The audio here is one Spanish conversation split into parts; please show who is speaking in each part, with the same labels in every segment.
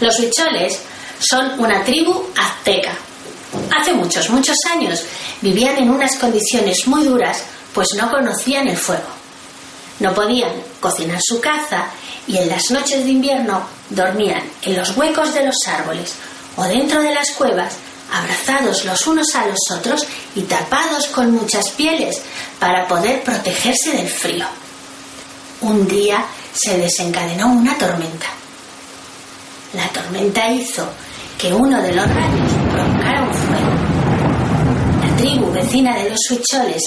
Speaker 1: Los huicholes son una tribu azteca. Hace muchos, muchos años vivían en unas condiciones muy duras, pues no conocían el fuego. No podían cocinar su caza y en las noches de invierno dormían en los huecos de los árboles o dentro de las cuevas, abrazados los unos a los otros y tapados con muchas pieles para poder protegerse del frío. Un día se desencadenó una tormenta. La tormenta hizo que uno de los rayos provocara un fuego. La tribu vecina de los huicholes,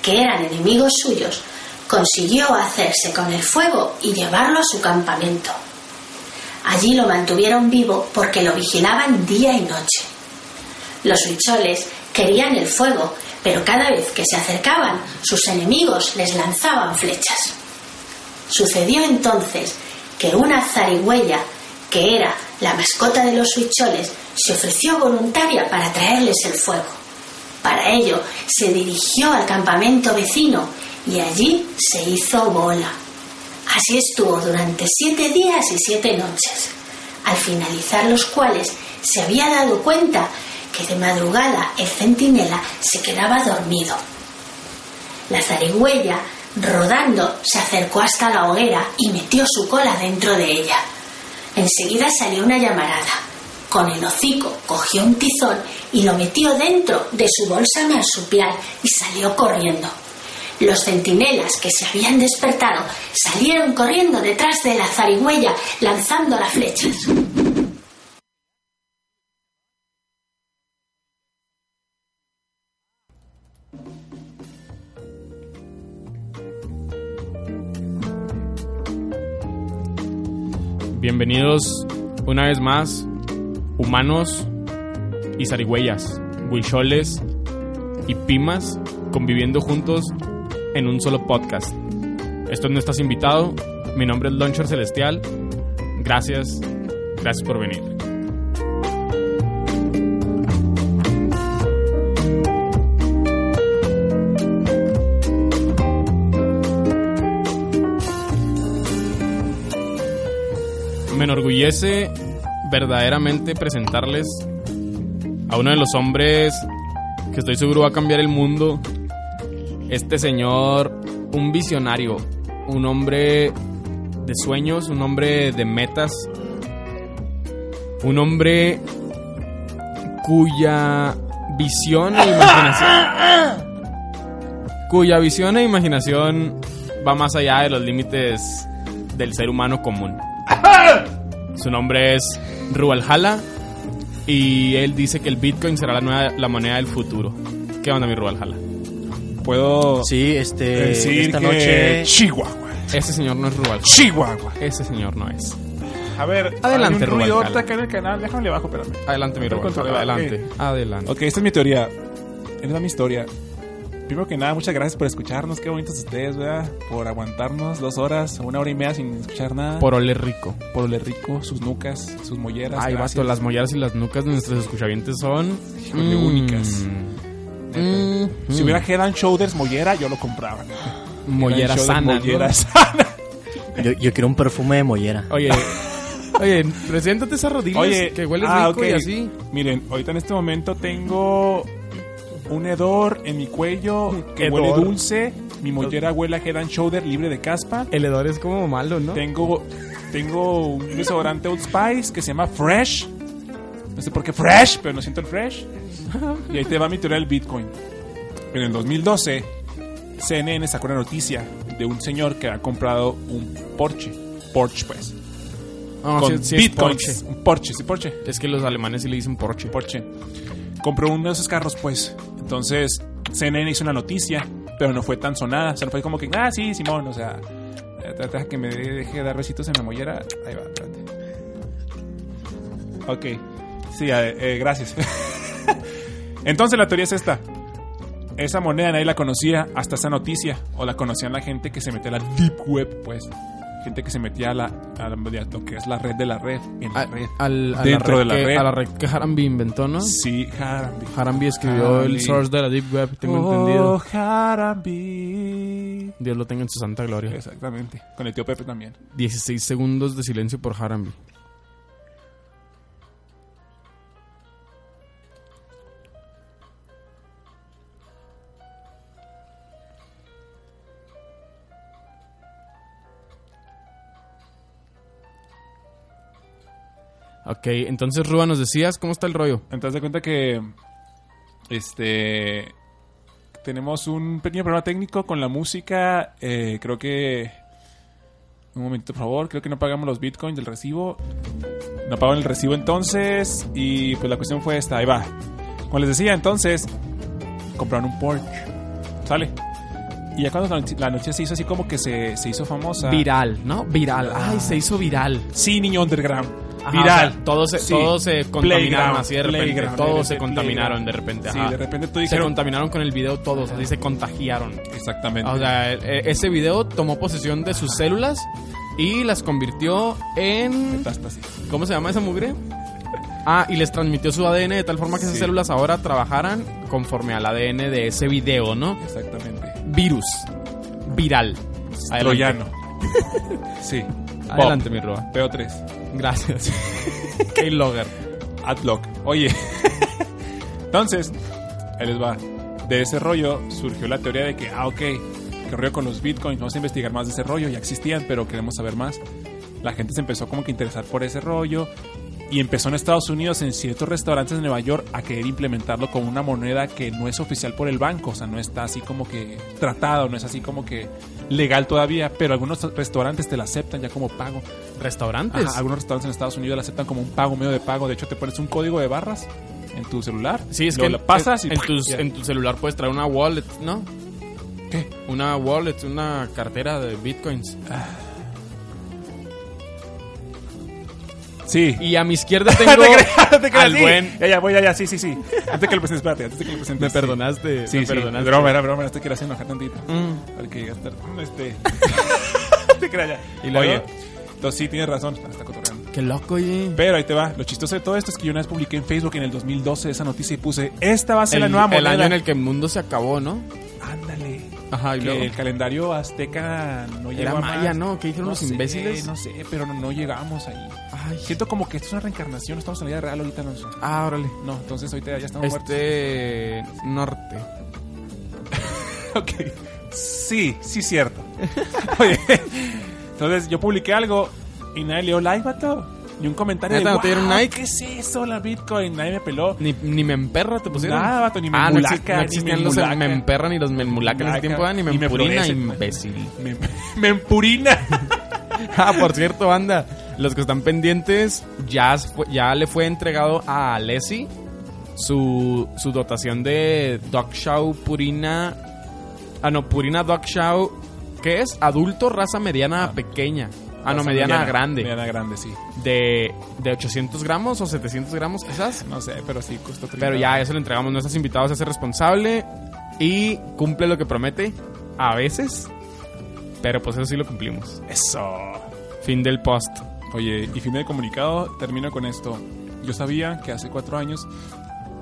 Speaker 1: que eran enemigos suyos, consiguió hacerse con el fuego y llevarlo a su campamento. Allí lo mantuvieron vivo porque lo vigilaban día y noche. Los huicholes querían el fuego, pero cada vez que se acercaban, sus enemigos les lanzaban flechas. Sucedió entonces que una zarigüeya, que era la mascota de los huicholes, se ofreció voluntaria para traerles el fuego. Para ello, se dirigió al campamento vecino y allí se hizo bola. Así estuvo durante siete días y siete noches, al finalizar los cuales se había dado cuenta que de madrugada el centinela se quedaba dormido. La zarigüeya, rodando, se acercó hasta la hoguera y metió su cola dentro de ella. Enseguida salió una llamarada. Con el hocico cogió un tizón y lo metió dentro de su bolsa marsupial y salió corriendo. Los centinelas que se habían despertado salieron corriendo detrás de la zarigüeya lanzando las flechas.
Speaker 2: Bienvenidos una vez más, humanos y zarigüeyas, huicholes y pimas conviviendo juntos en un solo podcast. Esto no estás invitado. Mi nombre es Launcher Celestial. Gracias, gracias por venir. Me enorgullece verdaderamente presentarles a uno de los hombres que estoy seguro va a cambiar el mundo este señor, un visionario, un hombre de sueños, un hombre de metas, un hombre cuya visión e imaginación cuya visión e imaginación va más allá de los límites del ser humano común. Su nombre es Rubalhalla y él dice que el Bitcoin será la nueva la moneda del futuro. ¿Qué onda mi Rubalhalla?
Speaker 3: Puedo eh,
Speaker 4: Sí, este.
Speaker 3: decir
Speaker 4: esta
Speaker 3: que
Speaker 4: noche.
Speaker 3: Chihuahua.
Speaker 2: Ese señor no es Rubalhalla.
Speaker 3: Chihuahua.
Speaker 2: Ese señor no es.
Speaker 3: A ver,
Speaker 2: Adelante,
Speaker 3: hay un ruido
Speaker 2: Rubalcaba.
Speaker 3: ahorita acá en el canal. Déjame le bajo, espérame.
Speaker 2: Adelante, mi
Speaker 3: Estoy
Speaker 2: Roberto.
Speaker 3: controlado,
Speaker 2: Adelante, adelante.
Speaker 3: Ok, esta es mi teoría. Esta es mi historia. Primero que nada, muchas gracias por escucharnos. Qué bonitos ustedes, ¿verdad? Por aguantarnos dos horas, una hora y media sin escuchar nada.
Speaker 2: Por oler rico.
Speaker 3: por oler rico, sus nucas, sus molleras.
Speaker 2: Ay,
Speaker 3: gracias.
Speaker 2: vato, las molleras y las nucas de nuestros escuchavientes son.
Speaker 3: Híjole, únicas.
Speaker 2: Mm, mm,
Speaker 3: Si hubiera Head and Shoulders mollera, yo lo compraba.
Speaker 2: mollera
Speaker 3: Head and Shoulders
Speaker 2: sana. ¿no?
Speaker 3: mollera sana.
Speaker 4: Yo, yo quiero un perfume de mollera.
Speaker 2: Oye, oye, preséntate esas rodillas que huele
Speaker 3: ah,
Speaker 2: rico
Speaker 3: ok.
Speaker 2: y así.
Speaker 3: Miren, ahorita en este momento tengo un hedor en mi cuello que
Speaker 2: Hedor.
Speaker 3: huele dulce. Mi mollera huele a Head and Shoulder libre de caspa.
Speaker 2: El hedor es como malo, ¿no?
Speaker 3: Tengo, tengo un desodorante Old Spice que se llama Fresh. No sé por qué Fresh, pero no siento el Fresh. Y ahí te va mi teoría del Bitcoin. En el 2012, CNN sacó una noticia de un señor que ha comprado un Porsche. Porsche, pues.
Speaker 2: No, sí-
Speaker 3: con
Speaker 2: sí es
Speaker 3: Bitcoins.
Speaker 2: Porsche.
Speaker 3: un Porsche, sí, Porsche.
Speaker 2: Es que los alemanes sí le dicen Porsche.
Speaker 3: Porsche. Compró uno de esos carros, pues. Entonces, CNN hizo una noticia, pero no fue tan sonada. O sea, no fue como que, ah, sí, Simón, o sea, eh, trata que me deje dar besitos en la mollera. Ahí va, espérate. Ok. Sí, eh, eh, gracias. Entonces, la teoría es esta. Esa moneda nadie la conocía hasta esa noticia. O la conocían la gente que se metía a la Deep Web, pues. Gente que se metía a, la, a la- a lo que es la red de la red. En la
Speaker 2: A-
Speaker 3: red.
Speaker 2: al- a
Speaker 3: Dentro de
Speaker 2: red
Speaker 3: la
Speaker 2: que-
Speaker 3: red.
Speaker 2: A la red que Harambe inventó, ¿no?
Speaker 3: Sí, Jarambi.
Speaker 2: Harambe escribió
Speaker 3: Harambe.
Speaker 2: el source de la Deep Web, tengo
Speaker 3: oh,
Speaker 2: entendido.
Speaker 3: Harambe.
Speaker 2: Dios lo tenga en su santa gloria.
Speaker 3: Exactamente. Con el tío Pepe también.
Speaker 2: 16 segundos de silencio por Harambe. Ok, entonces Ruba, nos decías, ¿cómo está el rollo?
Speaker 3: Entonces de cuenta que este tenemos un pequeño problema técnico con la música. eh, creo que un momento, por favor. Creo que no pagamos los bitcoins del recibo. No pagaron el recibo entonces y pues la cuestión fue esta. Ahí va. Como les decía, entonces compraron un Porsche. Sale. Y ya cuando la noticia, la noticia se hizo así como que se, se hizo famosa.
Speaker 2: Viral, ¿no? Viral.
Speaker 3: Ah.
Speaker 2: Ay, se hizo viral.
Speaker 3: Sí, niño underground.
Speaker 2: Ajá,
Speaker 3: Viral.
Speaker 2: o sea, todos se,
Speaker 3: Sí.
Speaker 2: todos se contaminaron
Speaker 3: Playground,
Speaker 2: así de repente.
Speaker 3: playground,
Speaker 2: todos se
Speaker 3: playground.
Speaker 2: contaminaron de repente.
Speaker 3: Sí,
Speaker 2: ajá.
Speaker 3: de repente tú
Speaker 2: Se
Speaker 3: dijeron.
Speaker 2: contaminaron con el video todos, así se contagiaron.
Speaker 3: Exactamente.
Speaker 2: O sea, el- e- ese video tomó posesión de sus células y las convirtió en...
Speaker 3: Metástasis.
Speaker 2: ¿Cómo se llama esa mugre? Ah, y les transmitió su ADN de tal forma que esas
Speaker 3: Sí.
Speaker 2: células ahora trabajaran conforme al ADN de ese video, ¿no?
Speaker 3: Exactamente.
Speaker 2: Virus. Viral. Adelante.
Speaker 3: Troyano. sí.
Speaker 2: Adelante, mi Roa.
Speaker 3: Bob, PO3.
Speaker 2: Gracias. Kate Logger.
Speaker 3: Adlock. Oye. Entonces, ahí les va. De ese rollo surgió la teoría de que, ah, ok, que rollo con los bitcoins, vamos a investigar más de ese rollo, ya existían, pero queremos saber más. La gente se empezó como que a interesar por ese rollo y empezó en Estados Unidos, en ciertos restaurantes de Nueva York, a querer implementarlo como una moneda que no es oficial por el banco, o sea, no está así como que tratado, no es así como que legal todavía, pero algunos restaurantes te la aceptan ya como pago.
Speaker 2: Restaurantes.
Speaker 3: Ajá, algunos restaurantes en Estados Unidos la aceptan como un pago, medio de pago. De hecho, te pones un código de barras en tu celular.
Speaker 2: Sí, es
Speaker 3: lo
Speaker 2: que
Speaker 3: la pasas y
Speaker 2: en, tus-
Speaker 3: ya.
Speaker 2: en tu celular puedes traer una wallet, ¿no? ¿Qué? Una wallet, una cartera de bitcoins.
Speaker 3: Sí.
Speaker 2: Y a mi izquierda
Speaker 3: No
Speaker 2: tengo
Speaker 3: te creas, no te creas,
Speaker 2: al
Speaker 3: sí.
Speaker 2: buen...
Speaker 3: Ya, ya, voy, ya, ya, sí, sí, sí. Antes que lo presentes, espérate, antes de que lo presentes.
Speaker 2: Me
Speaker 3: sí.
Speaker 2: perdonaste,
Speaker 3: Sí,
Speaker 2: me
Speaker 3: sí,
Speaker 2: perdonaste.
Speaker 3: Broma, era broma, no te quieras enojar tantito.
Speaker 2: Mm.
Speaker 3: Al que llegaste tarde. No, Este. te creas ya.
Speaker 2: ¿Y luego?
Speaker 3: Oye, entonces sí, tienes razón. Ah, Está cotorreando.
Speaker 2: Qué loco, oye.
Speaker 3: Pero ahí te va. Lo chistoso de todo esto es que yo una vez publiqué en Facebook en el 2012 esa noticia y puse: Esta va a ser la
Speaker 2: el,
Speaker 3: nueva
Speaker 2: el
Speaker 3: moneda.
Speaker 2: año en el que el mundo se acabó, ¿no?
Speaker 3: Ándale.
Speaker 2: Ajá, y
Speaker 3: que
Speaker 2: luego...
Speaker 3: el calendario azteca no
Speaker 2: Era
Speaker 3: llegó a
Speaker 2: maya,
Speaker 3: más.
Speaker 2: ¿no? ¿Qué dijeron los
Speaker 3: sé,
Speaker 2: imbéciles?
Speaker 3: No sé, pero no, no llegamos ahí.
Speaker 2: Ay,
Speaker 3: Siento como que esto es una reencarnación, estamos en la vida real ahorita, Alonso.
Speaker 2: ah, órale.
Speaker 3: No, entonces ahorita ya estamos
Speaker 2: Este... Norte.
Speaker 3: muertos. Ok. Sí, sí, cierto. Oye, entonces yo publiqué algo y nadie leo like, vato. Y un comentario
Speaker 2: ¿Neta,
Speaker 3: de,
Speaker 2: no te dieron
Speaker 3: "Guau,
Speaker 2: like?"
Speaker 3: ¿Qué es eso, la Bitcoin? Nadie me peló.
Speaker 2: Ni, ni me emperra te pusieron.
Speaker 3: Nada, vato, ni
Speaker 2: Ah, no,
Speaker 3: memulaca,
Speaker 2: exist- no
Speaker 3: ni
Speaker 2: existían los em-
Speaker 3: memulaca.
Speaker 2: me emperra ni los memulaca en ese
Speaker 3: Mulaca,
Speaker 2: tiempo, ah, ni me
Speaker 3: y me
Speaker 2: empurina,
Speaker 3: florece.
Speaker 2: imbécil.
Speaker 3: Me, me empurina.
Speaker 2: Ah, por cierto, banda, los que están pendientes, ya, fue- ya le fue entregado a Alessi su, su dotación de Dog Show Purina. Ah, no, Purina Dog Show, que es adulto, raza mediana a pequeña. Ah, no,
Speaker 3: O sea,
Speaker 2: mediana, a grande.
Speaker 3: Mediana grande, sí.
Speaker 2: De, de 800 gramos o 700 gramos, quizás.
Speaker 3: No sé, pero sí, costó
Speaker 2: Pero
Speaker 3: 30.
Speaker 2: ya eso lo entregamos, no estás invitado a ser responsable y cumple lo que promete a veces, pero pues eso sí lo cumplimos.
Speaker 3: Eso.
Speaker 2: Fin del post.
Speaker 3: Oye, y fin de comunicado, termino con esto. Yo sabía que hace cuatro años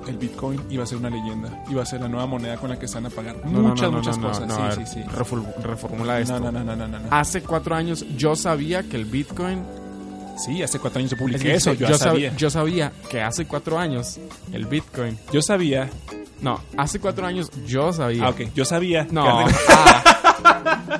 Speaker 3: el Bitcoin iba a ser una leyenda, iba a ser la nueva moneda con la que se van a pagar
Speaker 2: No, no,
Speaker 3: muchas,
Speaker 2: no, no,
Speaker 3: muchas
Speaker 2: no,
Speaker 3: cosas.
Speaker 2: no, a
Speaker 3: sí,
Speaker 2: ver,
Speaker 3: sí, sí.
Speaker 2: refor- reformula esto. Ah.
Speaker 3: No, no, no, no, no, no, no.
Speaker 2: Hace cuatro años yo sabía que el Bitcoin...
Speaker 3: Sí, hace cuatro años yo
Speaker 2: es
Speaker 3: publiqué
Speaker 2: que
Speaker 3: eso,
Speaker 2: dice,
Speaker 3: yo,
Speaker 2: yo sab-
Speaker 3: sabía.
Speaker 2: yo sabía que hace cuatro años el Bitcoin...
Speaker 3: Yo sabía.
Speaker 2: No, hace cuatro años yo sabía.
Speaker 3: Ah, ok, yo sabía.
Speaker 2: No,
Speaker 3: que hace,
Speaker 2: ah,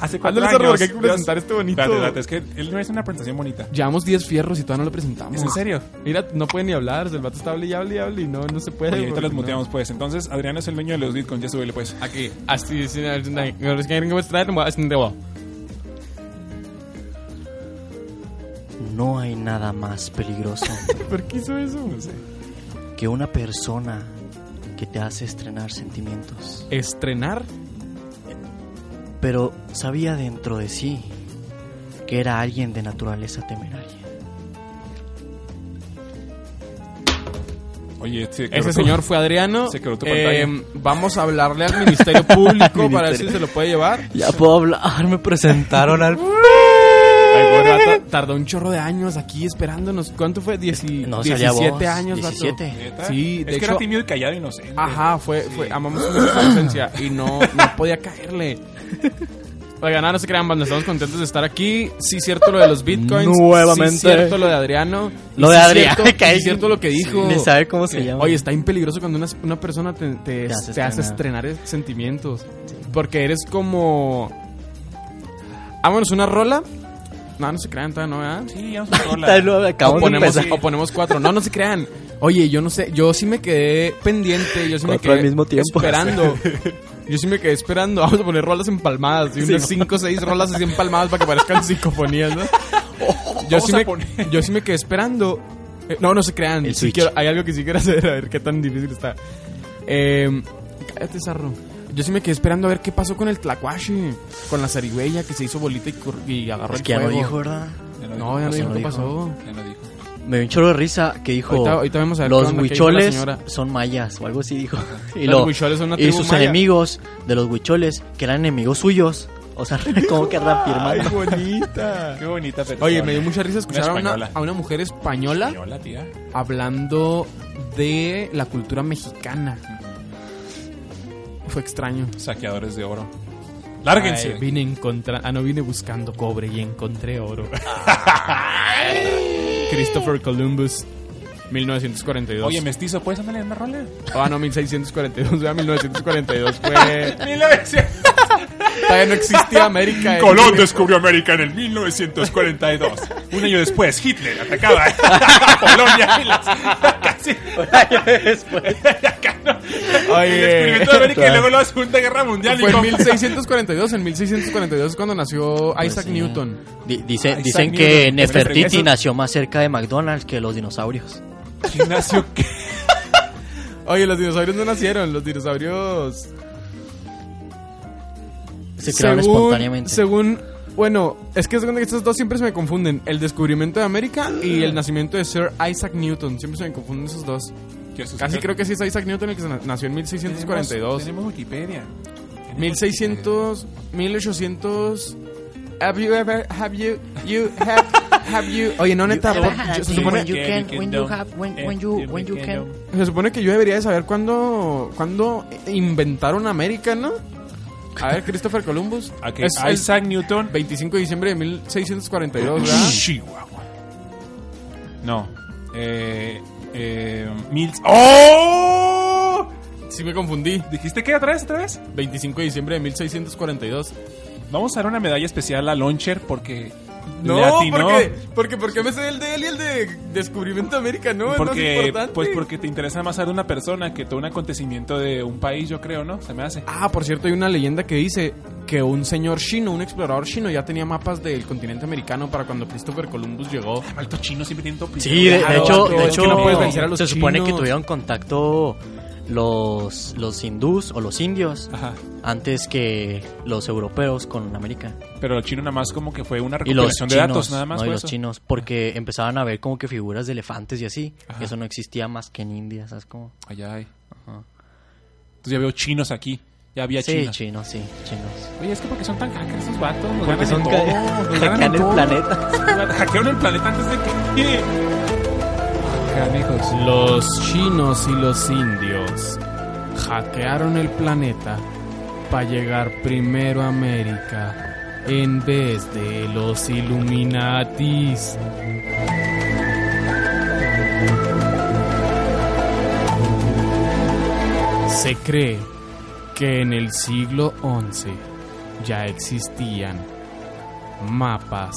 Speaker 3: hace cuatro
Speaker 2: ándale,
Speaker 3: años.
Speaker 2: zorro, porque hay que
Speaker 3: yo-
Speaker 2: presentar este bonito.
Speaker 3: Espérate, espérate, es que él no es una presentación bonita.
Speaker 2: Llevamos 10 fierros y todavía no lo presentamos.
Speaker 3: ¿Es en serio?
Speaker 2: Mira, no puede ni hablar, el vato está hable y hable y hable y no, no se puede.
Speaker 3: Oye, ahorita
Speaker 2: porque
Speaker 3: los
Speaker 2: no.
Speaker 3: muteamos, pues. Entonces, Adriano es el dueño de los Bitcoin, ya súbele, pues.
Speaker 2: Aquí, así, sin sin
Speaker 4: No hay nada más peligroso
Speaker 2: ¿Por qué hizo eso?
Speaker 4: que una persona que te hace estrenar sentimientos.
Speaker 2: Estrenar.
Speaker 4: Pero sabía dentro de sí que era alguien de naturaleza temeraria.
Speaker 3: Oye, este
Speaker 2: Ese señor fue Adriano.
Speaker 3: Se quedó tu
Speaker 2: Eh,
Speaker 3: pantalla.
Speaker 2: vamos a hablarle al Ministerio Público para ver si
Speaker 4: Ministerio.
Speaker 2: se lo puede llevar.
Speaker 4: Ya puedo hablar, me presentaron al...
Speaker 2: Ay, pobre vato, tardó un chorro de años aquí esperándonos. ¿Cuánto fue? Dieci-
Speaker 4: No salía
Speaker 2: 17
Speaker 4: voz,
Speaker 2: años, vato.
Speaker 4: 17.
Speaker 3: ¿Neta?
Speaker 2: Sí, de
Speaker 3: es que
Speaker 2: hecho-
Speaker 3: era tímido y callado inocente.
Speaker 2: Ajá, fue, fue amamos su inocencia y no, no podía caerle. Oigan, nada, no se crean, banda, estamos contentos de estar aquí. Sí, cierto lo de los bitcoins.
Speaker 4: Nuevamente.
Speaker 2: Sí, cierto lo de Adriano. Y
Speaker 4: Lo de
Speaker 2: sí
Speaker 4: Adrián,
Speaker 2: cierto-
Speaker 4: que
Speaker 2: sí, cierto lo que dijo.
Speaker 4: Ni sabe cómo se llama.
Speaker 2: Oye, está bien peligroso cuando una, una persona te, te-
Speaker 4: Te hace
Speaker 2: te hace
Speaker 4: estrenar.
Speaker 2: estrenar sentimientos. Porque eres como. Vámonos una rola No, no se crean, todavía no, ¿verdad?
Speaker 3: Sí, ya nos tocó la-
Speaker 4: Tal vez
Speaker 2: O
Speaker 4: acabamos de
Speaker 2: ponemos,
Speaker 4: empezar.
Speaker 2: o ponemos cuatro. No, no se crean. Oye, yo no sé. Yo sí me quedé pendiente. Yo sí me
Speaker 4: Cuatro
Speaker 2: quedé
Speaker 4: al mismo tiempo.
Speaker 2: esperando. Yo sí me quedé esperando. Vamos a poner rolas empalmadas. Y unas cinco o seis rolas así empalmadas para que parezcan psicofonías, ¿no? Yo,
Speaker 3: Vamos
Speaker 2: sí
Speaker 3: a
Speaker 2: me,
Speaker 3: poner-
Speaker 2: yo sí me quedé esperando. Eh, no, no se crean.
Speaker 4: El
Speaker 2: Sí
Speaker 4: switch.
Speaker 2: quiero- hay algo que sí quiero hacer. A ver qué tan difícil está. Eh, cállate, Sarro. Yo sí me quedé esperando a ver qué pasó con el tlacuache. Con la zarigüeya que se hizo bolita y, cor- y agarró
Speaker 4: Es
Speaker 2: el
Speaker 4: que ya no
Speaker 2: fuego.
Speaker 4: dijo, ¿verdad?
Speaker 3: Ya lo
Speaker 2: No, ya no
Speaker 4: Ya
Speaker 2: dijo
Speaker 4: lo
Speaker 2: qué
Speaker 4: dijo.
Speaker 2: pasó.
Speaker 3: Ya lo dijo.
Speaker 4: Me dio un chorro de risa que dijo:
Speaker 2: Ahorita- ahorita vamos a ver qué
Speaker 4: Los
Speaker 2: onda que dijo la
Speaker 4: huicholes
Speaker 2: señora".
Speaker 4: son mayas o algo así dijo. Y,
Speaker 2: Los
Speaker 4: lo-
Speaker 2: huicholes son una
Speaker 4: y
Speaker 2: tribu
Speaker 4: sus
Speaker 2: maya.
Speaker 4: enemigos de los huicholes, que eran enemigos suyos. O sea, como que reafirmando.
Speaker 2: bonita.
Speaker 3: Qué bonita persona.
Speaker 2: Oye, me dio mucha risa escuchar a
Speaker 3: Una
Speaker 2: una,
Speaker 3: española.
Speaker 2: a una mujer española
Speaker 3: Hola, tía.
Speaker 2: hablando de la cultura mexicana. Fue extraño.
Speaker 3: Saqueadores de oro. Lárguense.
Speaker 2: Ay, vine encontrando. Ah, no, vine buscando cobre y encontré oro. Christopher Columbus, 1942.
Speaker 3: Oye, mestizo, ¿puedes andarle una rola?
Speaker 2: Ah, no, 1642. vea, 1942 fue. Todavía no existía América. eh.
Speaker 3: Colón descubrió América en el 1942. Un año después, Hitler atacaba a Polonia y las... Casi.
Speaker 4: Después.
Speaker 3: El
Speaker 2: Oye.
Speaker 3: descubrimiento de América y luego la Segunda Guerra Mundial.
Speaker 2: Fue en
Speaker 3: y con-
Speaker 2: 1642. En 1642 es cuando nació
Speaker 3: Pues
Speaker 2: Isaac
Speaker 4: sí.
Speaker 2: Newton.
Speaker 4: Di- dice-
Speaker 3: Isaac
Speaker 4: dicen
Speaker 3: Newton,
Speaker 4: que
Speaker 3: también
Speaker 4: Nefertiti
Speaker 3: eso-
Speaker 4: nació más cerca de McDonald's que los dinosaurios.
Speaker 3: ¿Quién nació qué?
Speaker 2: Oye, los dinosaurios no nacieron. Los dinosaurios.
Speaker 4: Se crearon espontáneamente.
Speaker 2: Según. Bueno, es que según estos dos siempre se me confunden. El descubrimiento de América y el nacimiento de Sir Isaac Newton. Siempre se me confunden esos dos.
Speaker 4: Pues
Speaker 3: Que sus-
Speaker 2: Casi creo que sí es Isaac Newton el que se na- nació en
Speaker 3: Tenemos-
Speaker 2: 1642.
Speaker 3: Tenemos Wikipedia. Tenemos
Speaker 2: 1600. 1800. Have you ever. Have you. You have. Have you. Oye, no, neta.
Speaker 4: You
Speaker 2: Rob,
Speaker 4: ever had
Speaker 2: yo- se
Speaker 4: a
Speaker 2: supone
Speaker 4: dream You can, when you have- when-
Speaker 3: eh,
Speaker 4: when you- when you can.
Speaker 2: Se supone que yo debería de saber cuándo, cuándo inventaron América, ¿no? A ver, Christopher Columbus.
Speaker 3: Ok,
Speaker 2: Es el
Speaker 3: Isaac Newton.
Speaker 2: 25 de diciembre de 1642, ¿verdad?
Speaker 3: Chihuahua. No. Eh, eh, mil... ¡Oh!
Speaker 2: Sí me confundí.
Speaker 3: ¿Dijiste qué? ¿Otra vez? ¿Otra vez?
Speaker 2: 25 de diciembre de 1642.
Speaker 3: Vamos a dar una medalla especial a Launcher porque... le
Speaker 2: No,
Speaker 3: atinó.
Speaker 2: porque, porque, porque me sé el de él y el de Descubrimiento de América, ¿no? Es más
Speaker 3: Porque,
Speaker 2: importante.
Speaker 3: pues porque te interesa más saber una persona que todo un acontecimiento de un país, yo creo, ¿no? Se me hace.
Speaker 2: Ah, por cierto, hay una leyenda que dice que un señor chino, un explorador chino, ya tenía mapas del continente americano para cuando Christopher Columbus llegó.
Speaker 3: Alto chino siempre tiene todo
Speaker 4: Sí, de, de
Speaker 2: Claro,
Speaker 4: hecho,
Speaker 2: vato,
Speaker 4: de
Speaker 2: es que
Speaker 4: hecho
Speaker 2: no puedes vencer a los
Speaker 4: se supone que
Speaker 2: chinos.
Speaker 4: tuvieron contacto los, los hindús o los indios
Speaker 3: Ajá.
Speaker 4: antes que los europeos con América.
Speaker 3: Pero el chino nada más como que fue una
Speaker 4: Y los
Speaker 3: recopilación
Speaker 4: chinos,
Speaker 3: de datos, nada más.
Speaker 4: no, y
Speaker 3: fue
Speaker 4: los
Speaker 3: eso.
Speaker 4: chinos, porque empezaban a ver como que figuras de elefantes y así. y Eso no existía más que en India, ¿sabes cómo?
Speaker 3: Ay, ay. Entonces ya veo chinos aquí. Ya había
Speaker 4: sí,
Speaker 3: chinos.
Speaker 4: chinos, sí, chinos.
Speaker 3: Oye, es que porque son tan hackers esos vatos. Nos
Speaker 4: Porque
Speaker 3: ganan
Speaker 4: son
Speaker 3: Pues en todo, nos ganan
Speaker 4: acá
Speaker 3: en
Speaker 4: en el
Speaker 3: todo.
Speaker 4: planeta.
Speaker 3: Hackearon el planeta antes de que. Canijos.
Speaker 2: Los chinos y los indios hackearon el planeta para llegar primero a América en vez de los Illuminatis. Se cree que en el siglo XI ya existían mapas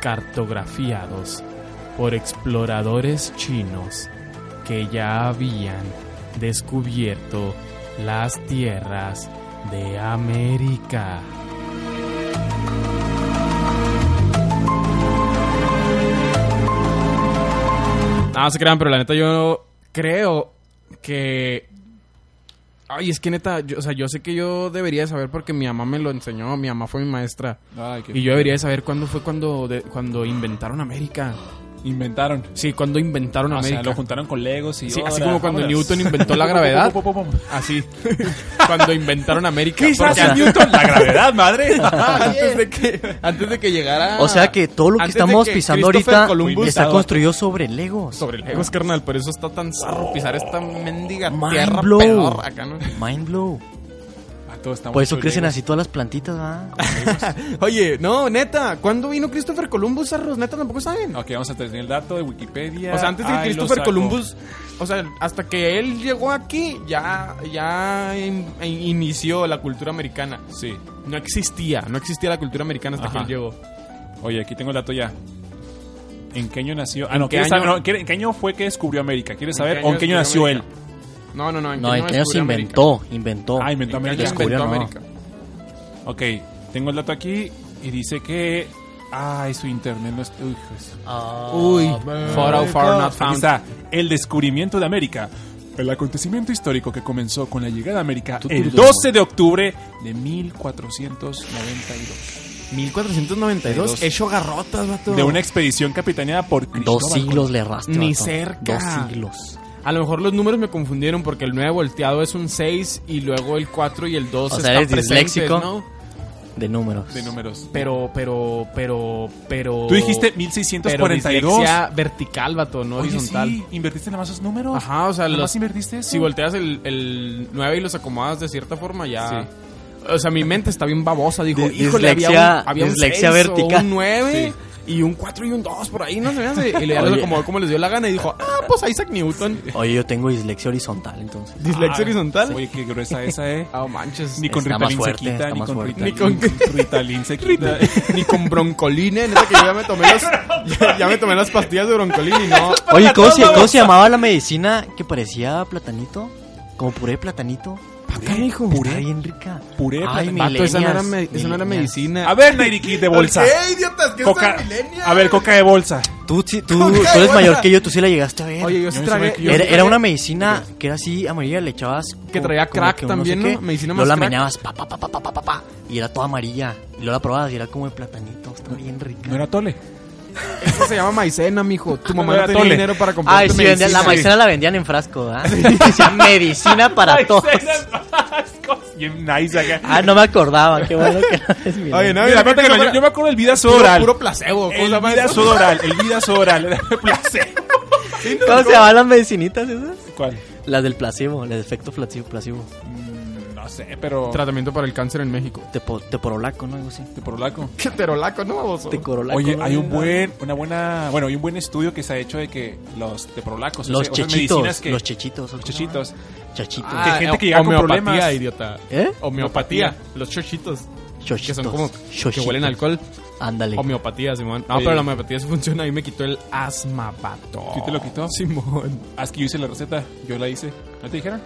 Speaker 2: cartografiados por exploradores chinos que ya habían descubierto las tierras de América. No, se crean, pero la neta yo creo que... Ay, es que neta, yo- o sea, yo sé que yo debería saber porque mi mamá me lo enseñó, mi mamá fue mi maestra.
Speaker 3: Ay, qué
Speaker 2: Y yo debería de saber cuándo fue cuando, de- cuando inventaron América.
Speaker 3: Inventaron.
Speaker 2: Sí, cuando inventaron
Speaker 3: Ah, O
Speaker 2: América.
Speaker 3: sea, lo juntaron con Legos y.
Speaker 2: Sí, así
Speaker 3: ahora,
Speaker 2: como cuando
Speaker 3: vámonos.
Speaker 2: Newton inventó la gravedad.
Speaker 3: Pum, pum, pum, pum, pum.
Speaker 2: Así. cuando inventaron América.
Speaker 3: Quizás
Speaker 2: porque
Speaker 3: en Newton la gravedad, madre.
Speaker 2: antes, de que, antes de que llegara.
Speaker 4: O sea que todo lo que
Speaker 2: antes de
Speaker 4: estamos
Speaker 2: que
Speaker 4: pisando
Speaker 2: Christopher
Speaker 4: ahorita
Speaker 2: Columbus-
Speaker 4: está construido sobre Legos.
Speaker 2: Sobre el Legos, carnal. Por eso está tan zarro pisar esta mendiga tierra
Speaker 4: Mind blow.
Speaker 2: pedorra acá, ¿no?
Speaker 4: Mind blow.
Speaker 3: Ah, todos estamos
Speaker 4: Por eso
Speaker 3: hechos
Speaker 4: crecen
Speaker 3: Legos.
Speaker 4: así todas las plantitas, ¿verdad?
Speaker 2: Oye, no, neta. ¿Cuándo vino Christopher Columbus, zarros? Neta, tampoco saben.
Speaker 3: Ok, vamos a tener el dato de Wikipedia.
Speaker 2: O sea, antes de que
Speaker 3: Ay, lo
Speaker 2: Christopher
Speaker 3: saco.
Speaker 2: Columbus, o sea, hasta que él llegó aquí, ya, ya in- in- inició la cultura americana.
Speaker 3: Sí.
Speaker 2: No existía, no existía la cultura americana hasta
Speaker 3: Ajá.
Speaker 2: que él llegó.
Speaker 3: Oye, aquí tengo el dato ya. ¿En qué año nació? Ah, no,
Speaker 2: qué
Speaker 3: ¿quieres
Speaker 2: año?
Speaker 3: saber- no, ¿quiere- ¿en qué año fue que descubrió América? ¿Quieres saber?
Speaker 2: año
Speaker 3: ¿O en qué año nació
Speaker 2: descubrió
Speaker 3: él?
Speaker 2: América? No, no, no. ¿en
Speaker 4: No,
Speaker 2: qué
Speaker 4: el
Speaker 2: año
Speaker 4: que se
Speaker 2: descubrió América?
Speaker 4: inventó, inventó.
Speaker 3: Ah, inventó
Speaker 2: ¿En qué año
Speaker 3: América.
Speaker 2: inventó
Speaker 4: descubrió? no.
Speaker 2: América?
Speaker 3: Ok, tengo el dato aquí y dice que. Ay, su internet no está. Uy, Jesús.
Speaker 4: Ah,
Speaker 2: Uy,
Speaker 4: man.
Speaker 2: far out, far not
Speaker 3: Aquí
Speaker 2: found.
Speaker 3: está, el descubrimiento de América. El acontecimiento histórico que comenzó con la llegada a América
Speaker 4: Tú, tú,
Speaker 3: el
Speaker 4: tú,
Speaker 3: 12 de octubre de 1492.
Speaker 2: 1492. Hecho garrotas, vato.
Speaker 3: De una expedición capitaneada por Cristóbal.
Speaker 4: Dos siglos le arrastra.
Speaker 2: Ni
Speaker 4: vato.
Speaker 2: cerca.
Speaker 4: Dos siglos.
Speaker 2: A lo mejor los números me confundieron porque el 9 volteado es un 6 y luego el 4 y el 2
Speaker 4: O sea,
Speaker 2: están
Speaker 4: eres
Speaker 2: presentes,
Speaker 4: disléxico.
Speaker 2: ¿no?
Speaker 4: De números.
Speaker 3: Colón. De números.
Speaker 2: Pero, pero, pero, pero...
Speaker 3: Tú dijiste
Speaker 2: pero
Speaker 3: 1642.
Speaker 2: dislexia vertical, vato, no
Speaker 3: Oye,
Speaker 2: horizontal.
Speaker 3: sí, invertiste nada más esos números.
Speaker 2: Ajá, o sea,
Speaker 3: Nada
Speaker 2: los-
Speaker 3: más invertiste eso.
Speaker 2: Si volteas el, el 9 y los acomodas de cierta forma, ya... O sea, mi mente está bien babosa. Dijo,
Speaker 4: Di-
Speaker 2: híjole, había
Speaker 4: dislexia-
Speaker 2: un, había un
Speaker 4: dislexia
Speaker 2: seis o
Speaker 4: vertical".
Speaker 2: un 9 y un 4 y un 2 por ahí, no se me hace. Y le
Speaker 4: Oye.
Speaker 2: acomodó como les dio la gana y dijo, ah, pues Isaac Newton.
Speaker 4: Oye, yo tengo dislexia horizontal, entonces.
Speaker 2: Dislexia horizontal.
Speaker 3: Oye, qué gruesa esa, eh.
Speaker 2: Ah, manches.
Speaker 3: Ni con
Speaker 4: Está más
Speaker 3: Ritalin se
Speaker 4: fuerte,
Speaker 3: quita,
Speaker 4: está
Speaker 3: ni
Speaker 4: más
Speaker 3: con
Speaker 4: fuerte.
Speaker 3: Ritalin.
Speaker 2: Ni
Speaker 3: Ritalin se quita.
Speaker 2: ni con broncolina, neta que yo ya me tomé las, ya, ya me tomé las pastillas de broncolina y no.
Speaker 4: Oye, ¿cómo se, cómo se llamaba la medicina que parecía platanito? Como puré de platanito.
Speaker 2: hijo?
Speaker 4: Está bien rica.
Speaker 3: Puré de
Speaker 4: Ay,
Speaker 3: plata-
Speaker 2: Vato, esa no era,
Speaker 4: millennials,
Speaker 2: me- esa no era
Speaker 4: millennials.
Speaker 2: medicina.
Speaker 3: A ver, Nairi Kid de bolsa.
Speaker 2: ¿Qué, idiotas? ¿Qué
Speaker 3: Coca.
Speaker 2: es millennial?
Speaker 3: A ver, coca de bolsa.
Speaker 4: Tú, sí- tú,
Speaker 2: ¿Cómo que
Speaker 4: tú
Speaker 2: hay
Speaker 4: eres
Speaker 2: bolsa?
Speaker 4: mayor que yo, tú sí la llegaste a ver.
Speaker 2: Oye, yo sí
Speaker 3: Yo
Speaker 2: tragué. yo
Speaker 3: me
Speaker 2: sí
Speaker 4: era, era
Speaker 2: tragué-
Speaker 4: una medicina que era así amarilla, le echabas.
Speaker 2: Que
Speaker 4: como-
Speaker 2: traía
Speaker 4: como
Speaker 2: crack
Speaker 4: un
Speaker 2: también, ¿no?
Speaker 4: qué.
Speaker 2: Medicina
Speaker 4: Luego
Speaker 2: más
Speaker 4: la
Speaker 2: crack.
Speaker 4: meñabas, pa, pa, pa, pa, pa, pa, pa, pa, y era toda amarilla. Y luego la probabas y era como de platanito, está bien rica.
Speaker 3: No era tole.
Speaker 2: Esa se llama maicena, mijo. Tu mamá
Speaker 3: No
Speaker 2: no,
Speaker 3: era
Speaker 2: tenía
Speaker 3: tole.
Speaker 2: dinero para comprar
Speaker 4: Ay, sí, vendían- la maicena la vendían en frasco, ¿ah? Decía, medicina para todos.
Speaker 3: Y nice acá.
Speaker 4: Ah, no me acordaba, qué bueno que no es mi
Speaker 2: Oye, Ah, no,
Speaker 3: Yo
Speaker 2: y
Speaker 3: me
Speaker 2: la neta
Speaker 3: acuerdo que no,
Speaker 2: que
Speaker 3: yo- yo me acuerdo del vida
Speaker 2: puro,
Speaker 3: oral.
Speaker 2: puro placebo. ¿Cómo se
Speaker 3: El
Speaker 2: llama
Speaker 3: vida
Speaker 2: eso?
Speaker 3: oral, el vida oral, era placer.
Speaker 4: ¿Cómo se llamaban las medicinitas esas?
Speaker 3: ¿Cuál?
Speaker 4: Las del placebo, el efecto placebo. placebo.
Speaker 3: Mm, No sé, pero
Speaker 2: Tratamiento para el cáncer en México.
Speaker 4: Te, po- te porolaco, ¿no? Algo así.
Speaker 3: de porolaco.
Speaker 2: Qué terolaco, ¿no, baboso?
Speaker 4: Te corolaco.
Speaker 3: Oye, hay un
Speaker 4: ¿no?
Speaker 3: buen, una buena, bueno, hay un buen estudio que se ha hecho de que los de prolacos,
Speaker 4: Los
Speaker 3: o sea, otras medicinas
Speaker 4: chechitos.
Speaker 3: que-
Speaker 4: los chechitos. ¿cómo se llama?
Speaker 3: chechitos.
Speaker 4: Chachitos.
Speaker 2: Ah,
Speaker 3: que gente que
Speaker 2: eh,
Speaker 3: llega con
Speaker 2: homeopatía,
Speaker 3: problemas.
Speaker 2: idiota.
Speaker 4: ¿Eh?
Speaker 2: Homeopatía. Los chochitos.
Speaker 4: Chochitos.
Speaker 2: Que son como que
Speaker 4: Chochitos.
Speaker 2: huelen a alcohol.
Speaker 4: Ándale.
Speaker 2: Homeopatía, Simón. No,
Speaker 3: Oye.
Speaker 2: pero la homeopatía sí funciona. A mí me quitó el asma, vato.
Speaker 3: ¿Sí te lo quitó?
Speaker 2: Simón.
Speaker 3: Haz que yo hice la receta, yo la hice. ¿No te dijeron?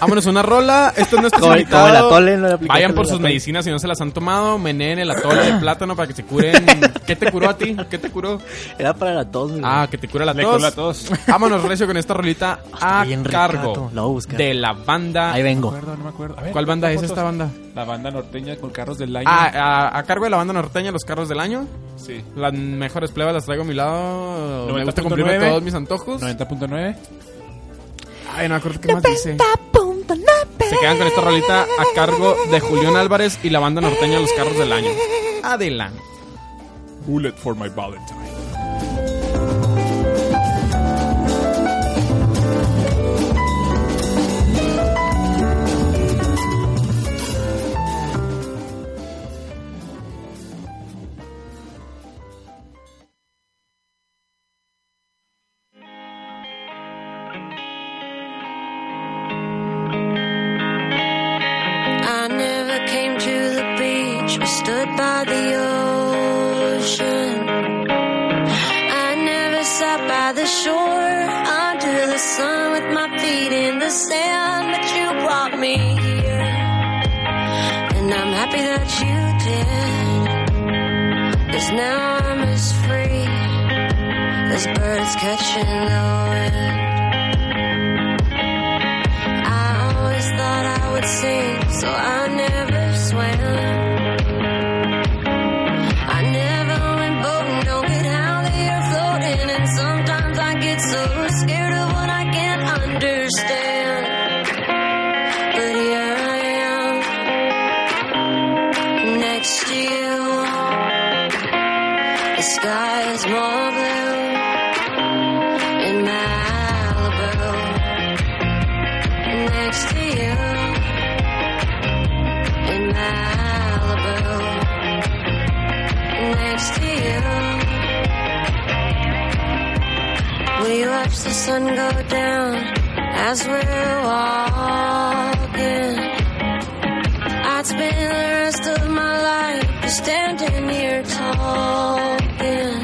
Speaker 2: Vámonos a una rola. Esto no está
Speaker 4: Como el- como el atole, no le aplicaste
Speaker 2: Vayan
Speaker 4: el
Speaker 2: por sus
Speaker 4: atole.
Speaker 2: medicinas si no se las han tomado. Meneen el atole de plátano para que se curen. ¿Qué te curó a ti? ¿Qué te curó?
Speaker 4: Era para la tos. güey.
Speaker 2: Ah, que te cura la
Speaker 3: Le curó la
Speaker 2: tos.
Speaker 3: tos.
Speaker 2: Vámonos, Recio, con esta rolita a
Speaker 4: bien rica,
Speaker 2: cargo
Speaker 4: vato. La voy a buscar.
Speaker 2: de la banda.
Speaker 4: Ahí
Speaker 3: No
Speaker 4: vengo.
Speaker 3: me acuerdo, no me acuerdo. A ver,
Speaker 2: ¿Cuál banda es
Speaker 3: fotos.
Speaker 2: esta banda?
Speaker 3: La banda norteña con carros del año.
Speaker 2: Ah, a, a cargo de la banda norteña, los carros del año.
Speaker 3: sí.
Speaker 2: Las mejores plebas las traigo a mi lado. Me gusta
Speaker 3: 90.9.
Speaker 2: cumplirme todos mis antojos.
Speaker 3: 90.9.
Speaker 2: Ay, no me acuerdo qué más dice. Se quedan con esta rolita a cargo de Julián Álvarez y la banda norteña Los Carros del Año. Adelante.
Speaker 3: Bullet for my Valentine.
Speaker 5: I never came to the beach or stood by the ocean. I never sat by the shore under the sun with my feet in the sand, but you brought me here. And I'm happy that you did. Cause now I'm as free as birds catching the wind. I always thought I would sing, so I never swam. I never went boating, don't get how they are floating, and sometimes I get so scared of what I can't understand. But here I am, next to you. The sky is more blue in Malibu next to you in Malibu. Next to you, we watch the sun go down as we're walking. I'd spend the rest of my life standing here talking.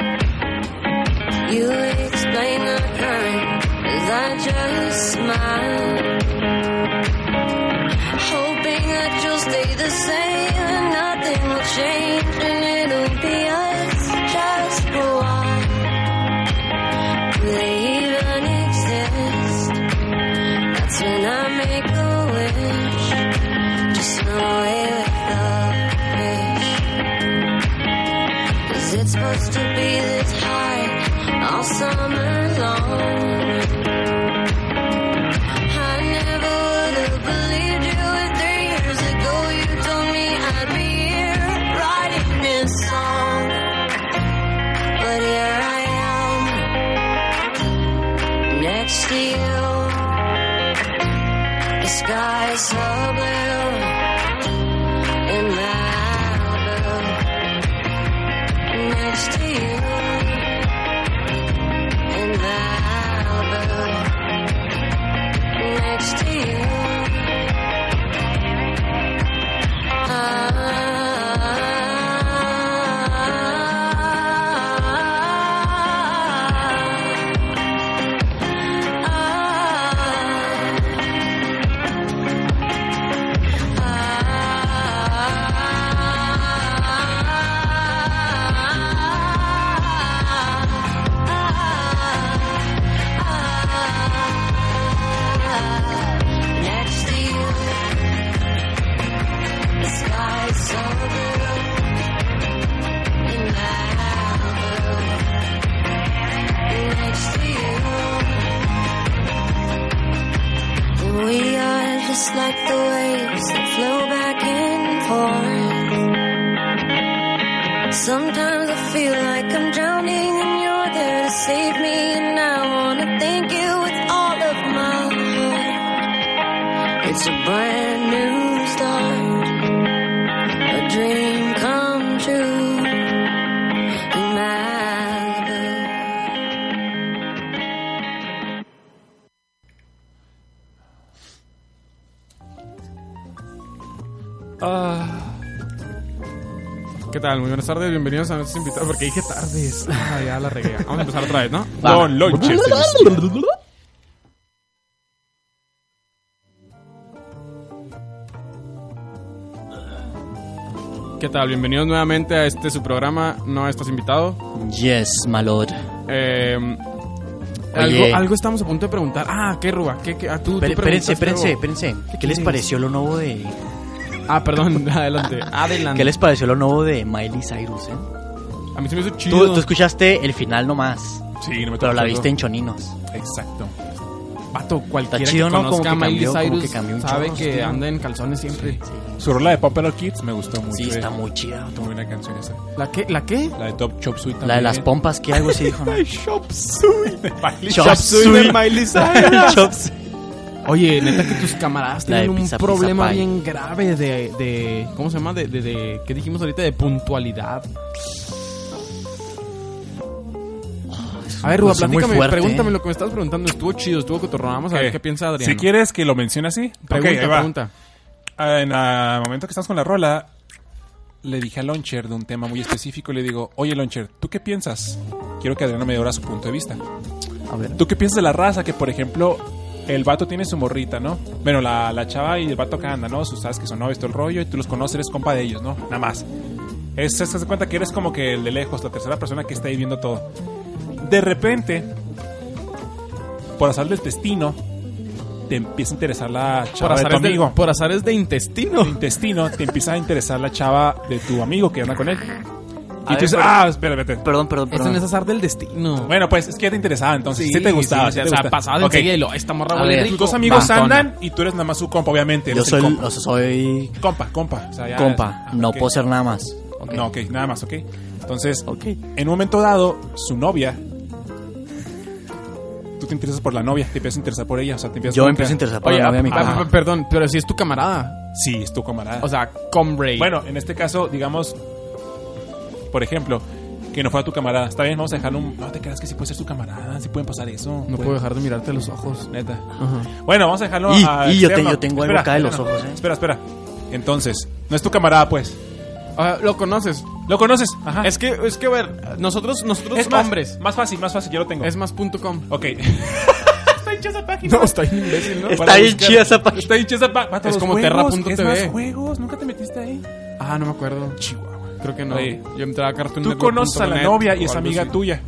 Speaker 5: You explain the current as I just smile. Hoping that you'll stay the same and nothing will change and it'll be us just for a while. Do they even exist? That's when I make a wish. Just run away with the wish. Is it supposed to be this high all summer long? I never would have believed you if three years ago you told me I'd be here writing this song. But here I am, next to you. The sky's so blue in Malibu. Next to you in Malibu next to you. Ah, Next to you, the sky's so blue in Malibu. Next to you, and we are just like the waves that flow back and forth. Sometimes I feel like I'm drowning, and you're there to save me, and I wanna thank you with all of my heart. It's a brand new start, a dream come true. In Malibu.
Speaker 2: ¿Qué tal? Muy buenas tardes, bienvenidos a nuestros invitados. Porque dije tardes. Ah, ya la regué. Vamos a empezar otra vez, ¿no?
Speaker 4: Va.
Speaker 3: Don Lonches.
Speaker 2: ¿Qué tal? Bienvenidos nuevamente a este su programa. No estás invitado.
Speaker 4: Yes, my lord.
Speaker 2: Eh,
Speaker 4: Oye.
Speaker 2: algo, algo estamos a punto de preguntar. Ah, ¿qué, Ruba? ¿Qué, qué? Ah, tú, tú
Speaker 4: Pero- Espérense,
Speaker 2: preguntaste
Speaker 4: espérense,
Speaker 2: algo.
Speaker 4: espérense. ¿Qué les
Speaker 2: quieres?
Speaker 4: pareció lo nuevo de...
Speaker 2: Ah, perdón, adelante. Adelante.
Speaker 4: ¿Qué les pareció lo nuevo de Miley Cyrus, eh?
Speaker 2: A mí se me hizo chido.
Speaker 4: Tú, tú escuchaste el final nomás,
Speaker 3: Sí, no me
Speaker 4: pero la
Speaker 3: tocó.
Speaker 4: viste en Choninos.
Speaker 3: Exacto.
Speaker 2: Vato, cualquiera
Speaker 4: Está chido,
Speaker 2: que
Speaker 4: ¿no? Como
Speaker 2: conozca a
Speaker 4: que
Speaker 2: Miley
Speaker 4: cambió, como
Speaker 2: Cyrus
Speaker 4: que cambió un
Speaker 2: sabe
Speaker 4: chorro,
Speaker 2: que
Speaker 4: tío.
Speaker 2: anda en calzones siempre.
Speaker 3: Su rola de Popular Kids me gustó mucho.
Speaker 4: Sí, está
Speaker 3: eh.
Speaker 4: muy chida.
Speaker 3: Muy buena canción esa.
Speaker 2: ¿La qué? ¿La qué?
Speaker 3: La de Top Chop Suey también.
Speaker 4: La de las pompas, que algo así dijo, ¿no?
Speaker 2: Shop Suey.
Speaker 3: Miley
Speaker 4: Chop
Speaker 2: Shop Suey de
Speaker 4: Suey.
Speaker 2: Miley Cyrus.
Speaker 4: Chops.
Speaker 2: Oye, neta que tus camaradas
Speaker 4: La de
Speaker 2: tienen un
Speaker 4: pizza, pizza
Speaker 2: problema
Speaker 4: pie.
Speaker 2: bien grave de, de... ¿Cómo se llama? De, de, de- ¿Qué dijimos ahorita? De puntualidad. A ver, Ruba,
Speaker 4: Cosa muy
Speaker 2: platícame,
Speaker 4: fuerte,
Speaker 2: pregúntame
Speaker 4: eh.
Speaker 2: lo que me estás preguntando. Estuvo chido, estuvo cotorrón. Vamos a
Speaker 3: ¿Qué?
Speaker 2: ver qué piensa Adrián.
Speaker 3: Si quieres que lo mencione así.
Speaker 2: Pregunta,
Speaker 3: Ok, ahí va.
Speaker 2: pregunta.
Speaker 3: Ah, En el momento que estás con la rola, le dije a Launcher de un tema muy específico. Le digo, oye Launcher, ¿tú qué piensas? Quiero que Adriana me diera su punto de vista.
Speaker 4: A ver.
Speaker 3: ¿Tú qué piensas de la raza que, por ejemplo, el vato tiene su morrita, ¿no? Bueno, la, la chava y el vato que anda, ¿no? Sus sabes que son novios, todo el rollo, y tú los conoces, eres compa de ellos, ¿no? Nada más. Es, es, haz de cuenta que eres como que el de lejos, la tercera persona que está ahí viendo todo. De repente, por azar del destino, te empieza a interesar la
Speaker 2: Por
Speaker 3: chava de tu
Speaker 2: azares, de,
Speaker 3: amigo.
Speaker 2: por azares de intestino.
Speaker 3: Intestino, te empieza a interesar la chava de tu amigo que anda con él. Y
Speaker 4: ver,
Speaker 3: tú dices,
Speaker 4: pero-
Speaker 3: ah, espérate, espérate.
Speaker 4: Perdón, perdón,
Speaker 2: Eso no
Speaker 4: perdón.
Speaker 2: es azar del destino.
Speaker 3: Bueno, pues es que ya te interesaba, entonces sí, te gustaba. sí
Speaker 2: o
Speaker 3: te
Speaker 2: sea,
Speaker 3: gusta.
Speaker 2: pasaba de
Speaker 3: Ok.
Speaker 2: enseguida y lo, esta morra
Speaker 4: A
Speaker 2: huele
Speaker 4: ver,
Speaker 2: rico.
Speaker 3: Tus dos amigos
Speaker 2: Bajona.
Speaker 3: andan y tú eres nada más su compa, obviamente.
Speaker 4: Yo
Speaker 3: Eres
Speaker 4: soy,
Speaker 3: el compa.
Speaker 4: o sea, soy
Speaker 3: compa, compa. o sea, ya-
Speaker 4: compa,
Speaker 3: Ah,
Speaker 4: no
Speaker 3: ok.
Speaker 4: puedo ser nada más. Ok.
Speaker 3: No, ok, nada más, ok. Entonces,
Speaker 4: Ok.
Speaker 3: en un momento dado, su novia. Tú te interesas por la novia, te empiezas a interesar por ella. O sea, te empiezas
Speaker 4: Yo
Speaker 3: como
Speaker 4: empiezo a
Speaker 3: que-
Speaker 4: interesar por
Speaker 2: Oye,
Speaker 4: la novia
Speaker 2: ah,
Speaker 4: de mi
Speaker 2: ah,
Speaker 4: papá.
Speaker 2: p- perdón, pero si es tu camarada.
Speaker 3: Sí, es tu camarada.
Speaker 2: O sea, comrade.
Speaker 3: bueno, en este caso, digamos, por ejemplo, que no fuera tu camarada. Está bien, vamos a dejar un. No te creas que sí puede ser tu camarada, sí pueden pasar eso.
Speaker 2: no
Speaker 3: Puede-
Speaker 2: puedo dejar de mirarte a los ojos.
Speaker 3: Neta.
Speaker 2: Ajá.
Speaker 3: Bueno, vamos a dejarlo
Speaker 4: Y-
Speaker 3: a
Speaker 4: y yo
Speaker 3: externo.
Speaker 4: te- yo tengo algo acá de los ojos, ¿eh?
Speaker 3: Espera, espera. Entonces, no es tu camarada, pues.
Speaker 2: Ah, lo conoces.
Speaker 3: ¿Lo conoces? Ajá.
Speaker 2: Es que, es que, a ver, nosotros, nosotros
Speaker 3: Es más,
Speaker 2: hombres,
Speaker 3: Más fácil, más fácil, yo lo tengo.
Speaker 2: es más punto com.
Speaker 3: Ok.
Speaker 2: No, está imbécil, ¿no?
Speaker 4: Está
Speaker 3: Para
Speaker 4: bien
Speaker 3: buscar-
Speaker 4: chida esa página.
Speaker 3: Está dicha esa pa- mata
Speaker 2: Es
Speaker 3: los
Speaker 2: como
Speaker 3: juegos,
Speaker 2: terra.tv.
Speaker 3: Es más juegos, nunca te metiste ahí.
Speaker 2: Ah, no me acuerdo.
Speaker 3: Chihuahua.
Speaker 2: Creo que no.
Speaker 3: Oye.
Speaker 2: Yo entraba a Cartoon
Speaker 3: Tú
Speaker 2: Network
Speaker 3: conoces a la
Speaker 2: punto net
Speaker 3: novia
Speaker 2: o
Speaker 3: y es
Speaker 2: algo
Speaker 3: amiga
Speaker 2: así.
Speaker 3: tuya.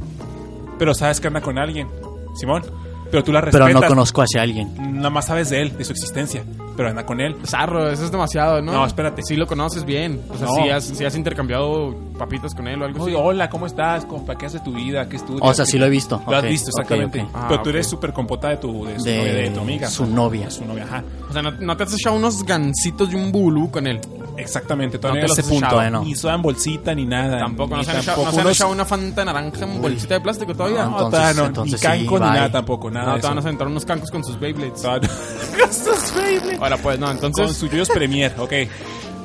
Speaker 3: Pero sabes que anda con alguien, Simón. Pero tú la respetas.
Speaker 4: Pero no conozco a ese alguien.
Speaker 3: Nada más sabes de él, de su existencia. Pero anda con él.
Speaker 2: Zarro, eso es demasiado, ¿no?
Speaker 3: No, espérate.
Speaker 2: Sí lo conoces bien. O sea,
Speaker 3: No.
Speaker 2: sí, has, sí has intercambiado papitas con él o algo
Speaker 3: Oye,
Speaker 2: así.
Speaker 3: hola, ¿cómo estás, compa? ¿Qué haces de tu vida? ¿Qué estudias?
Speaker 4: O sea,
Speaker 3: ¿Qué-
Speaker 4: sí lo he visto.
Speaker 3: Lo has
Speaker 4: Ok,
Speaker 3: visto,
Speaker 4: ok,
Speaker 3: exactamente.
Speaker 4: ok.
Speaker 2: Ah,
Speaker 3: Pero tú
Speaker 2: ok.
Speaker 3: eres súper compota de tu, de su
Speaker 4: De-
Speaker 3: novia, de tu amiga.
Speaker 4: su novia.
Speaker 3: De Su novia, ajá.
Speaker 2: O sea, no, no te has echado unos gancitos de un bulú con él.
Speaker 3: Exactamente.
Speaker 4: No
Speaker 3: Todavía
Speaker 4: te
Speaker 3: no,
Speaker 4: los has echado, eh, no.
Speaker 3: Ni soda en bolsita, ni nada.
Speaker 2: Tampoco,
Speaker 3: ni
Speaker 2: no se han echado, no
Speaker 3: tampoco
Speaker 2: se han
Speaker 3: unos-
Speaker 2: echado una fanta naranja en bolsita de plástico todavía.
Speaker 4: Ah,
Speaker 2: No,
Speaker 3: No,
Speaker 4: Entonces-
Speaker 3: todavía no,
Speaker 4: entonces
Speaker 3: ni canco
Speaker 4: sí,
Speaker 3: ni
Speaker 4: bye.
Speaker 3: nada tampoco, nada. de
Speaker 2: te van a
Speaker 3: eso.
Speaker 2: sentar unos cancos con sus Beyblades.
Speaker 3: Todavía Ah, no. Gastos horrible.
Speaker 2: Ahora pues, no,
Speaker 3: Con
Speaker 2: entonces...
Speaker 3: sus yoyos Premier, ok.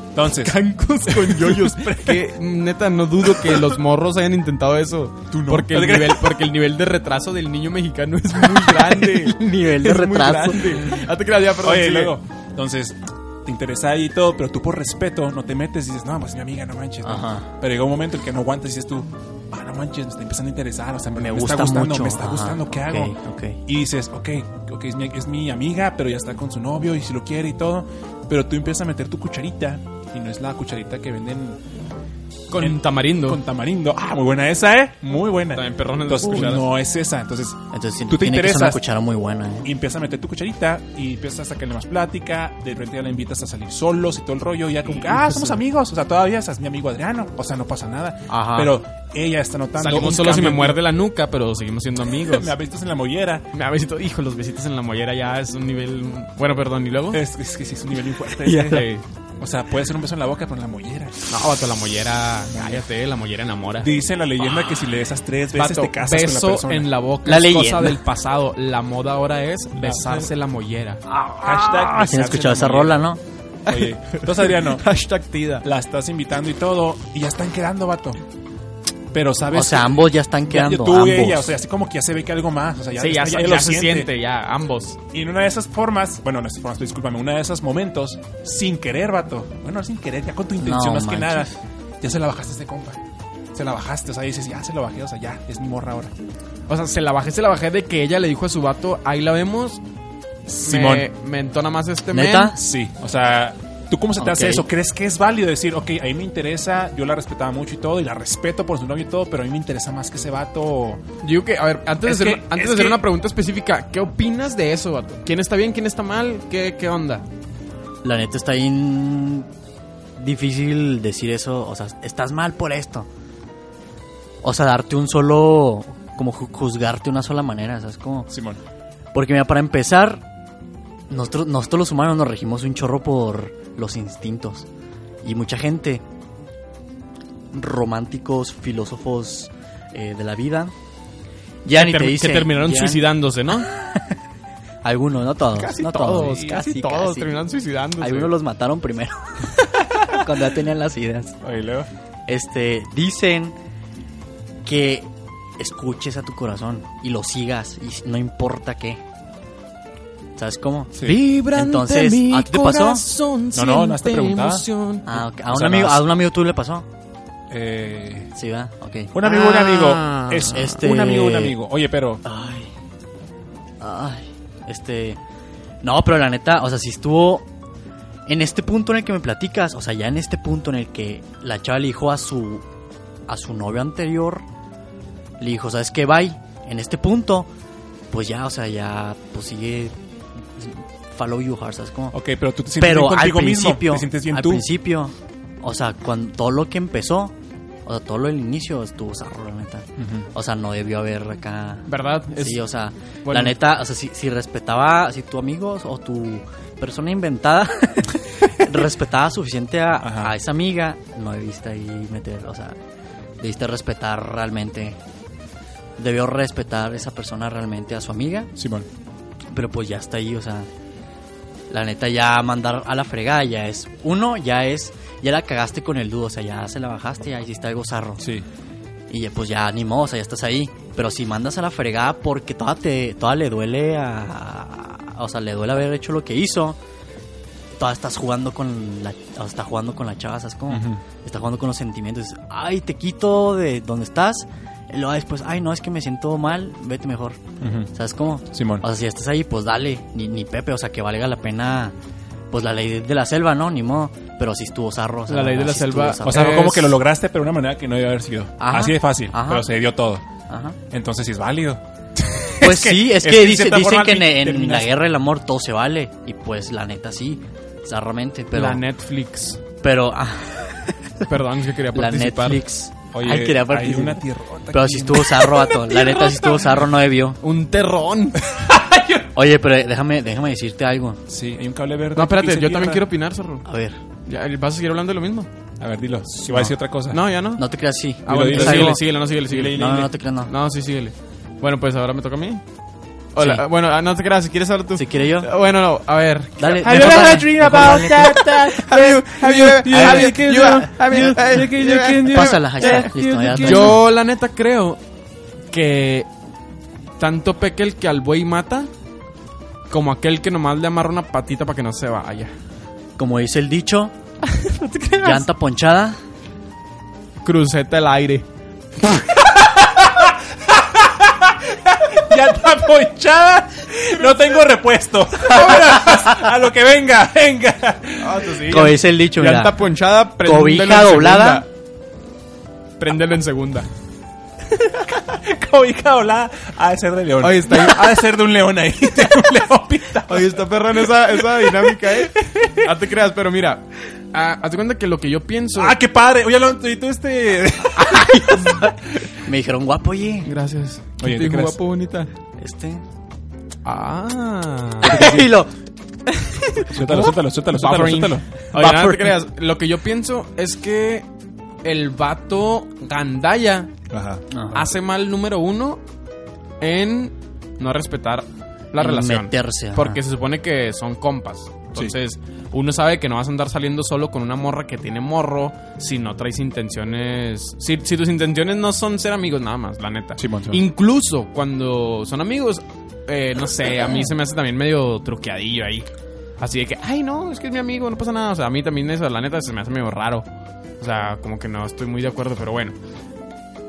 Speaker 3: Entonces,
Speaker 2: Cancos con yoyos. que neta, no dudo que los morros hayan intentado eso.
Speaker 3: Tú no.
Speaker 2: Porque el,
Speaker 3: No te
Speaker 2: nivel, porque el nivel de retraso del niño mexicano es muy grande.
Speaker 4: El nivel de
Speaker 2: Es muy
Speaker 4: retraso.
Speaker 2: grande. Ah, te creas, ya, perdón.
Speaker 3: oye,
Speaker 2: sigue.
Speaker 3: luego, entonces, te interesa ahí y todo, pero tú por respeto no te metes y dices, no, pues mi amiga, no manches. ¿no".
Speaker 4: Ajá.
Speaker 3: Pero llega un momento en que no aguantas y dices tú, ah, no manches, me está empezando a interesar, o sea, me,
Speaker 4: Me
Speaker 3: me
Speaker 4: gusta
Speaker 3: está gustando,
Speaker 4: mucho.
Speaker 3: me está
Speaker 4: Ajá,
Speaker 3: gustando, ¿qué
Speaker 4: ok,
Speaker 3: hago?
Speaker 4: ok.
Speaker 3: Y dices, ok, ok, es mi, es mi amiga, pero ya está con su novio y si lo quiere y todo, pero tú empiezas a meter tu cucharita y no es la cucharita que venden
Speaker 2: Con
Speaker 3: En-
Speaker 2: tamarindo.
Speaker 3: con tamarindo. Ah, muy buena esa, ¿eh? Muy buena.
Speaker 2: También perrones las
Speaker 3: Entonces,
Speaker 2: cucharas.
Speaker 3: no es esa. Entonces,
Speaker 4: Entonces
Speaker 3: tú te
Speaker 4: tiene que ser una
Speaker 3: interesas
Speaker 4: cuchara muy buena. ¿eh?
Speaker 3: y empiezas a meter tu cucharita y empiezas a sacarle más plática. De repente ya la invitas a salir solos y todo el rollo. Y ya como que, ah, somos amigos. O sea, todavía es mi amigo Adriano. O sea, no pasa nada.
Speaker 4: Ajá.
Speaker 3: Pero ella está notando.
Speaker 2: Salimos
Speaker 3: un
Speaker 2: solos y
Speaker 3: cambio
Speaker 2: me
Speaker 3: en-
Speaker 2: muerde la nuca, pero seguimos siendo amigos.
Speaker 3: Me avistas en la mollera.
Speaker 2: Me ha besito, hijo, los besitos en la mollera ya es un nivel. Bueno, perdón, ¿y luego?
Speaker 3: Es, es que sí, es un nivel muy fuerte.
Speaker 2: Ya.
Speaker 3: ese. O sea, puede ser un beso en la boca, pero en la mollera.
Speaker 2: No, vato, la mollera. Cállate, la mollera enamora.
Speaker 3: Dice la leyenda que si le besas tres veces
Speaker 2: Vato,
Speaker 3: te casas con la
Speaker 2: beso
Speaker 3: persona.
Speaker 2: en la boca
Speaker 4: La
Speaker 2: es
Speaker 4: leyenda.
Speaker 2: cosa del pasado. La moda ahora es besarse la mollera.
Speaker 3: Hashtag
Speaker 4: Ah,
Speaker 3: besarse
Speaker 4: sí, han
Speaker 3: en la
Speaker 4: escuchado esa
Speaker 3: mollera.
Speaker 4: rola, ¿no?
Speaker 3: Oye, entonces Adriano,
Speaker 2: Hashtag tida.
Speaker 3: la estás invitando y todo, y ya están quedando, vato. Pero sabes.
Speaker 4: O sea,
Speaker 3: que-
Speaker 4: ambos ya están
Speaker 3: Ya-
Speaker 4: quedando.
Speaker 3: tú y
Speaker 4: ambos.
Speaker 3: ella, o sea, así como que ya se ve que algo más. O sea, ya,
Speaker 2: sí, ya,
Speaker 3: ya-
Speaker 2: se-
Speaker 3: ya
Speaker 2: ya
Speaker 3: lo
Speaker 2: se
Speaker 3: siente.
Speaker 2: siente, ya, ambos.
Speaker 3: Y en una de esas formas, bueno, no esas formas, discúlpame, una de esos momentos, sin querer, vato. Bueno, sin querer, ya con tu intención
Speaker 4: No
Speaker 3: más que nada,
Speaker 4: manches.
Speaker 3: ya se la bajaste a este compa. Se la bajaste, o sea, dices, ya se la bajé, o sea, ya, es mi morra ahora.
Speaker 2: O sea, se la bajé, se la bajé de que ella le dijo a su vato, ahí la vemos.
Speaker 3: Simón.
Speaker 2: Me, me entona más este
Speaker 4: ¿Neta?
Speaker 2: men.
Speaker 3: Sí, o sea, ¿tú cómo se te hace
Speaker 4: Ok.
Speaker 3: eso? ¿Crees que es válido decir, ok, a mí me interesa, yo la respetaba mucho y todo, y la respeto por su novio y todo, pero a mí me interesa más que ese vato?
Speaker 2: Yo digo que, a ver, antes, de
Speaker 3: Es
Speaker 2: hacer,
Speaker 3: que-
Speaker 2: una- antes
Speaker 3: es
Speaker 2: de hacer
Speaker 3: que-
Speaker 2: una pregunta específica, ¿qué opinas de eso, vato? ¿Quién está bien, quién está mal? ¿Qué, qué onda?
Speaker 4: La neta está bien difícil decir eso. O sea, estás mal por esto. O sea, darte un solo. Como ju- juzgarte de una sola manera, ¿sabes? Como.
Speaker 3: Simón.
Speaker 4: Porque mira, para empezar, nosotros, nosotros los humanos nos regimos un chorro por los instintos. Y mucha gente, románticos, filósofos eh, de la vida, ya ni
Speaker 2: Termi-
Speaker 4: te dicen.
Speaker 2: que terminaron
Speaker 4: ya-
Speaker 2: suicidándose, ¿no?
Speaker 4: Algunos, no todos.
Speaker 2: Casi
Speaker 4: no
Speaker 2: todos,
Speaker 4: Sí,
Speaker 2: casi, todos terminaron suicidándose.
Speaker 4: Algunos los mataron primero. cuando ya tenían las ideas.
Speaker 3: Oye, luego.
Speaker 4: Este, dicen que escuches a tu corazón y lo sigas y no importa qué. ¿Sabes cómo?
Speaker 3: Sí.
Speaker 2: Vibrante
Speaker 4: Entonces,
Speaker 2: mi
Speaker 4: ¿a ti te pasó?
Speaker 2: corazón,
Speaker 3: No, no, no, hasta
Speaker 2: siente
Speaker 3: preguntaba.
Speaker 2: emoción.
Speaker 4: Ah, ok. a,
Speaker 3: O
Speaker 4: un
Speaker 3: sea,
Speaker 4: amigo,
Speaker 3: vas-
Speaker 4: a un amigo tuyo le pasó.
Speaker 3: Eh,
Speaker 4: Sí, va, ok.
Speaker 3: un amigo,
Speaker 2: Ah,
Speaker 3: un amigo. Es
Speaker 4: este-
Speaker 3: un amigo, un amigo. Oye, pero.
Speaker 4: Ay. Ay. Este. No, pero la neta, o sea, si estuvo. En este punto en el que me platicas, o sea, ya en este punto en el que la chava le dijo a su. a su novio anterior. Le dijo, ¿sabes qué? Bye. En este punto, pues ya, o sea, ya. Pues sigue. Follow your heart, ¿sabes cómo?
Speaker 3: Ok, pero tú te sientes
Speaker 4: Pero
Speaker 3: bien
Speaker 4: al
Speaker 3: contigo mismo.
Speaker 4: principio,
Speaker 3: Te sientes bien
Speaker 4: al
Speaker 3: tú.
Speaker 4: principio, o sea, cuando todo lo que empezó, o sea, todo lo del inicio estuvo zarro, la neta. O sea, no debió haber acá.
Speaker 2: ¿Verdad? Es-
Speaker 4: Sí, o sea,
Speaker 2: bueno.
Speaker 4: la neta, o sea, si, si respetaba, si tu amigo o tu persona inventada respetaba suficiente
Speaker 3: Ajá.
Speaker 4: a, a esa amiga, no debiste ahí meter, o sea, debiste respetar realmente, debió respetar esa persona realmente a su amiga,
Speaker 3: Simón.
Speaker 4: pero pues ya está ahí, o sea, la neta ya mandar a la fregada ya es, uno, ya es, ya la cagaste con el dudo, o sea, ya se la bajaste, ya hiciste algo zarro.
Speaker 3: Sí.
Speaker 4: Y ya, pues ya ni modo, o sea, ya estás ahí. Pero si mandas a la fregada porque toda, te, toda le duele a, a- O sea, le duele haber hecho lo que hizo. todavía estás jugando con la, o está jugando con la chava, ¿sabes cómo?
Speaker 3: Ujú.
Speaker 4: Está jugando con los sentimientos. dices, Ay, te quito de donde estás. Y luego después, ay, no, es que me siento mal, vete mejor.
Speaker 3: Ujú.
Speaker 4: ¿Sabes cómo?
Speaker 3: Simón.
Speaker 4: O sea, si estás ahí, pues dale, ni, ni Pepe, o sea, que valga la pena, pues la ley de la selva, ¿no? Ni modo, pero si estuvo zarro. o sea,
Speaker 2: La ley
Speaker 4: verdad,
Speaker 2: de la
Speaker 4: sí
Speaker 2: selva,
Speaker 4: estuvo zarro.
Speaker 3: O sea,
Speaker 2: Es-
Speaker 3: como que lo lograste, pero de una manera que no debe haber sido.
Speaker 4: Ajá.
Speaker 3: Así de fácil,
Speaker 4: Ajá.
Speaker 3: pero se dio todo.
Speaker 4: Ajá.
Speaker 3: Entonces sí es válido.
Speaker 4: Pues sí, es que
Speaker 3: de
Speaker 4: dice-
Speaker 3: cierta
Speaker 4: dicen
Speaker 3: forma
Speaker 4: que en, en la
Speaker 3: terminaste.
Speaker 4: guerra el amor todo se vale, y pues la neta sí, zarramente, pero...
Speaker 2: La Netflix.
Speaker 4: pero ah,
Speaker 2: Perdón, que quería
Speaker 4: la
Speaker 2: participar.
Speaker 4: Netflix.
Speaker 3: Oye,
Speaker 4: Ay, quería
Speaker 3: hay
Speaker 4: participar.
Speaker 3: una tierrota.
Speaker 4: Pero si estuvo zarro, vato. La neta, si estuvo zarro, no debió.
Speaker 2: Un terrón.
Speaker 4: Oye, pero déjame, déjame decirte algo.
Speaker 3: Sí, hay un cable verde.
Speaker 2: No,
Speaker 3: que
Speaker 2: espérate,
Speaker 3: dice
Speaker 2: yo también quiero
Speaker 3: tierra.
Speaker 2: opinar, Zorro.
Speaker 4: A ver,
Speaker 2: Ya, ¿Vas a seguir hablando de lo mismo?
Speaker 3: A ver, dilo. Si voy a decir otra cosa.
Speaker 2: No, ya no.
Speaker 4: no te creas así.
Speaker 2: Ah, bueno,
Speaker 3: Dilo,
Speaker 2: pues
Speaker 3: dilo,
Speaker 2: síguele,
Speaker 3: dilo.
Speaker 2: síguele, no, síguele, síguele.
Speaker 4: No, no, no te creas, no.
Speaker 2: No, sí, síguele. Bueno, pues ahora me toca a mí. Hola,
Speaker 4: Sí.
Speaker 2: ah, bueno, ah, no te creas, si quieres hablar tú.
Speaker 4: Si quiere yo.
Speaker 2: Ah, Bueno, no, a ver.
Speaker 4: Dale,
Speaker 2: I
Speaker 4: mejor
Speaker 2: never
Speaker 4: dale,
Speaker 2: had a dream
Speaker 4: mejor
Speaker 2: about
Speaker 4: dale.
Speaker 2: that, that. Have you, have you, have you,
Speaker 4: A
Speaker 2: have
Speaker 4: ver.
Speaker 2: you, you- have you- eh, you-
Speaker 4: Pásala, ahí está, listo, ya está.
Speaker 2: Yo, la neta, creo que tanto peca el que al buey mata como aquel que nomás le amarra una patita para que no se vaya.
Speaker 4: Como dice el dicho, llanta ponchada.
Speaker 2: Cruceta el aire.
Speaker 3: Ya está ponchada. No tengo repuesto. a lo que venga, venga.
Speaker 4: Como dice el dicho, mira.
Speaker 2: Llanta ponchada, préndelo
Speaker 4: Cobija
Speaker 2: en segunda.
Speaker 4: doblada.
Speaker 2: Préndelo en segunda.
Speaker 3: Cobija doblada. Ha de ser de león.
Speaker 2: Oye, está bien.
Speaker 3: Ha de ser de un león ahí. De un león pintado.
Speaker 2: Oye, está perrón esa, esa dinámica, ¿eh? No te creas, pero mira. ah, haz de cuenta que lo que yo pienso.
Speaker 3: Ah, qué padre. Oye, Alonso, y tú este.
Speaker 4: Me dijeron, guapo, oye.
Speaker 2: Gracias. Oye,
Speaker 3: Oye, ¿te
Speaker 2: te dijo
Speaker 3: creas?
Speaker 2: guapo, bonita.
Speaker 4: Este.
Speaker 2: Ah.
Speaker 4: y lo.
Speaker 3: Suéltalo, suéltalo, suéltalo, suéltalo,
Speaker 2: Buffering.
Speaker 3: suéltalo.
Speaker 2: Oye, no, no te
Speaker 4: Buffering.
Speaker 2: creas. Lo que yo pienso es que el vato Gandaya
Speaker 3: Ajá.
Speaker 2: hace mal número uno en no respetar la
Speaker 4: En
Speaker 2: relación.
Speaker 4: meterse, ajá.
Speaker 2: Porque se supone que son compas. Entonces, uno sabe que no vas a andar saliendo solo con una morra que tiene morro si no traes intenciones. Si, si tus intenciones no son ser amigos, nada más, la neta.
Speaker 3: Simón, Simón.
Speaker 2: Incluso cuando son amigos, eh, no sé, a mí se me hace también medio truqueadillo ahí. Así de que, ay, no, es que es mi amigo, no pasa nada. O sea, a mí también eso, la neta, se me hace medio raro. O sea, como que no estoy muy de acuerdo, pero bueno.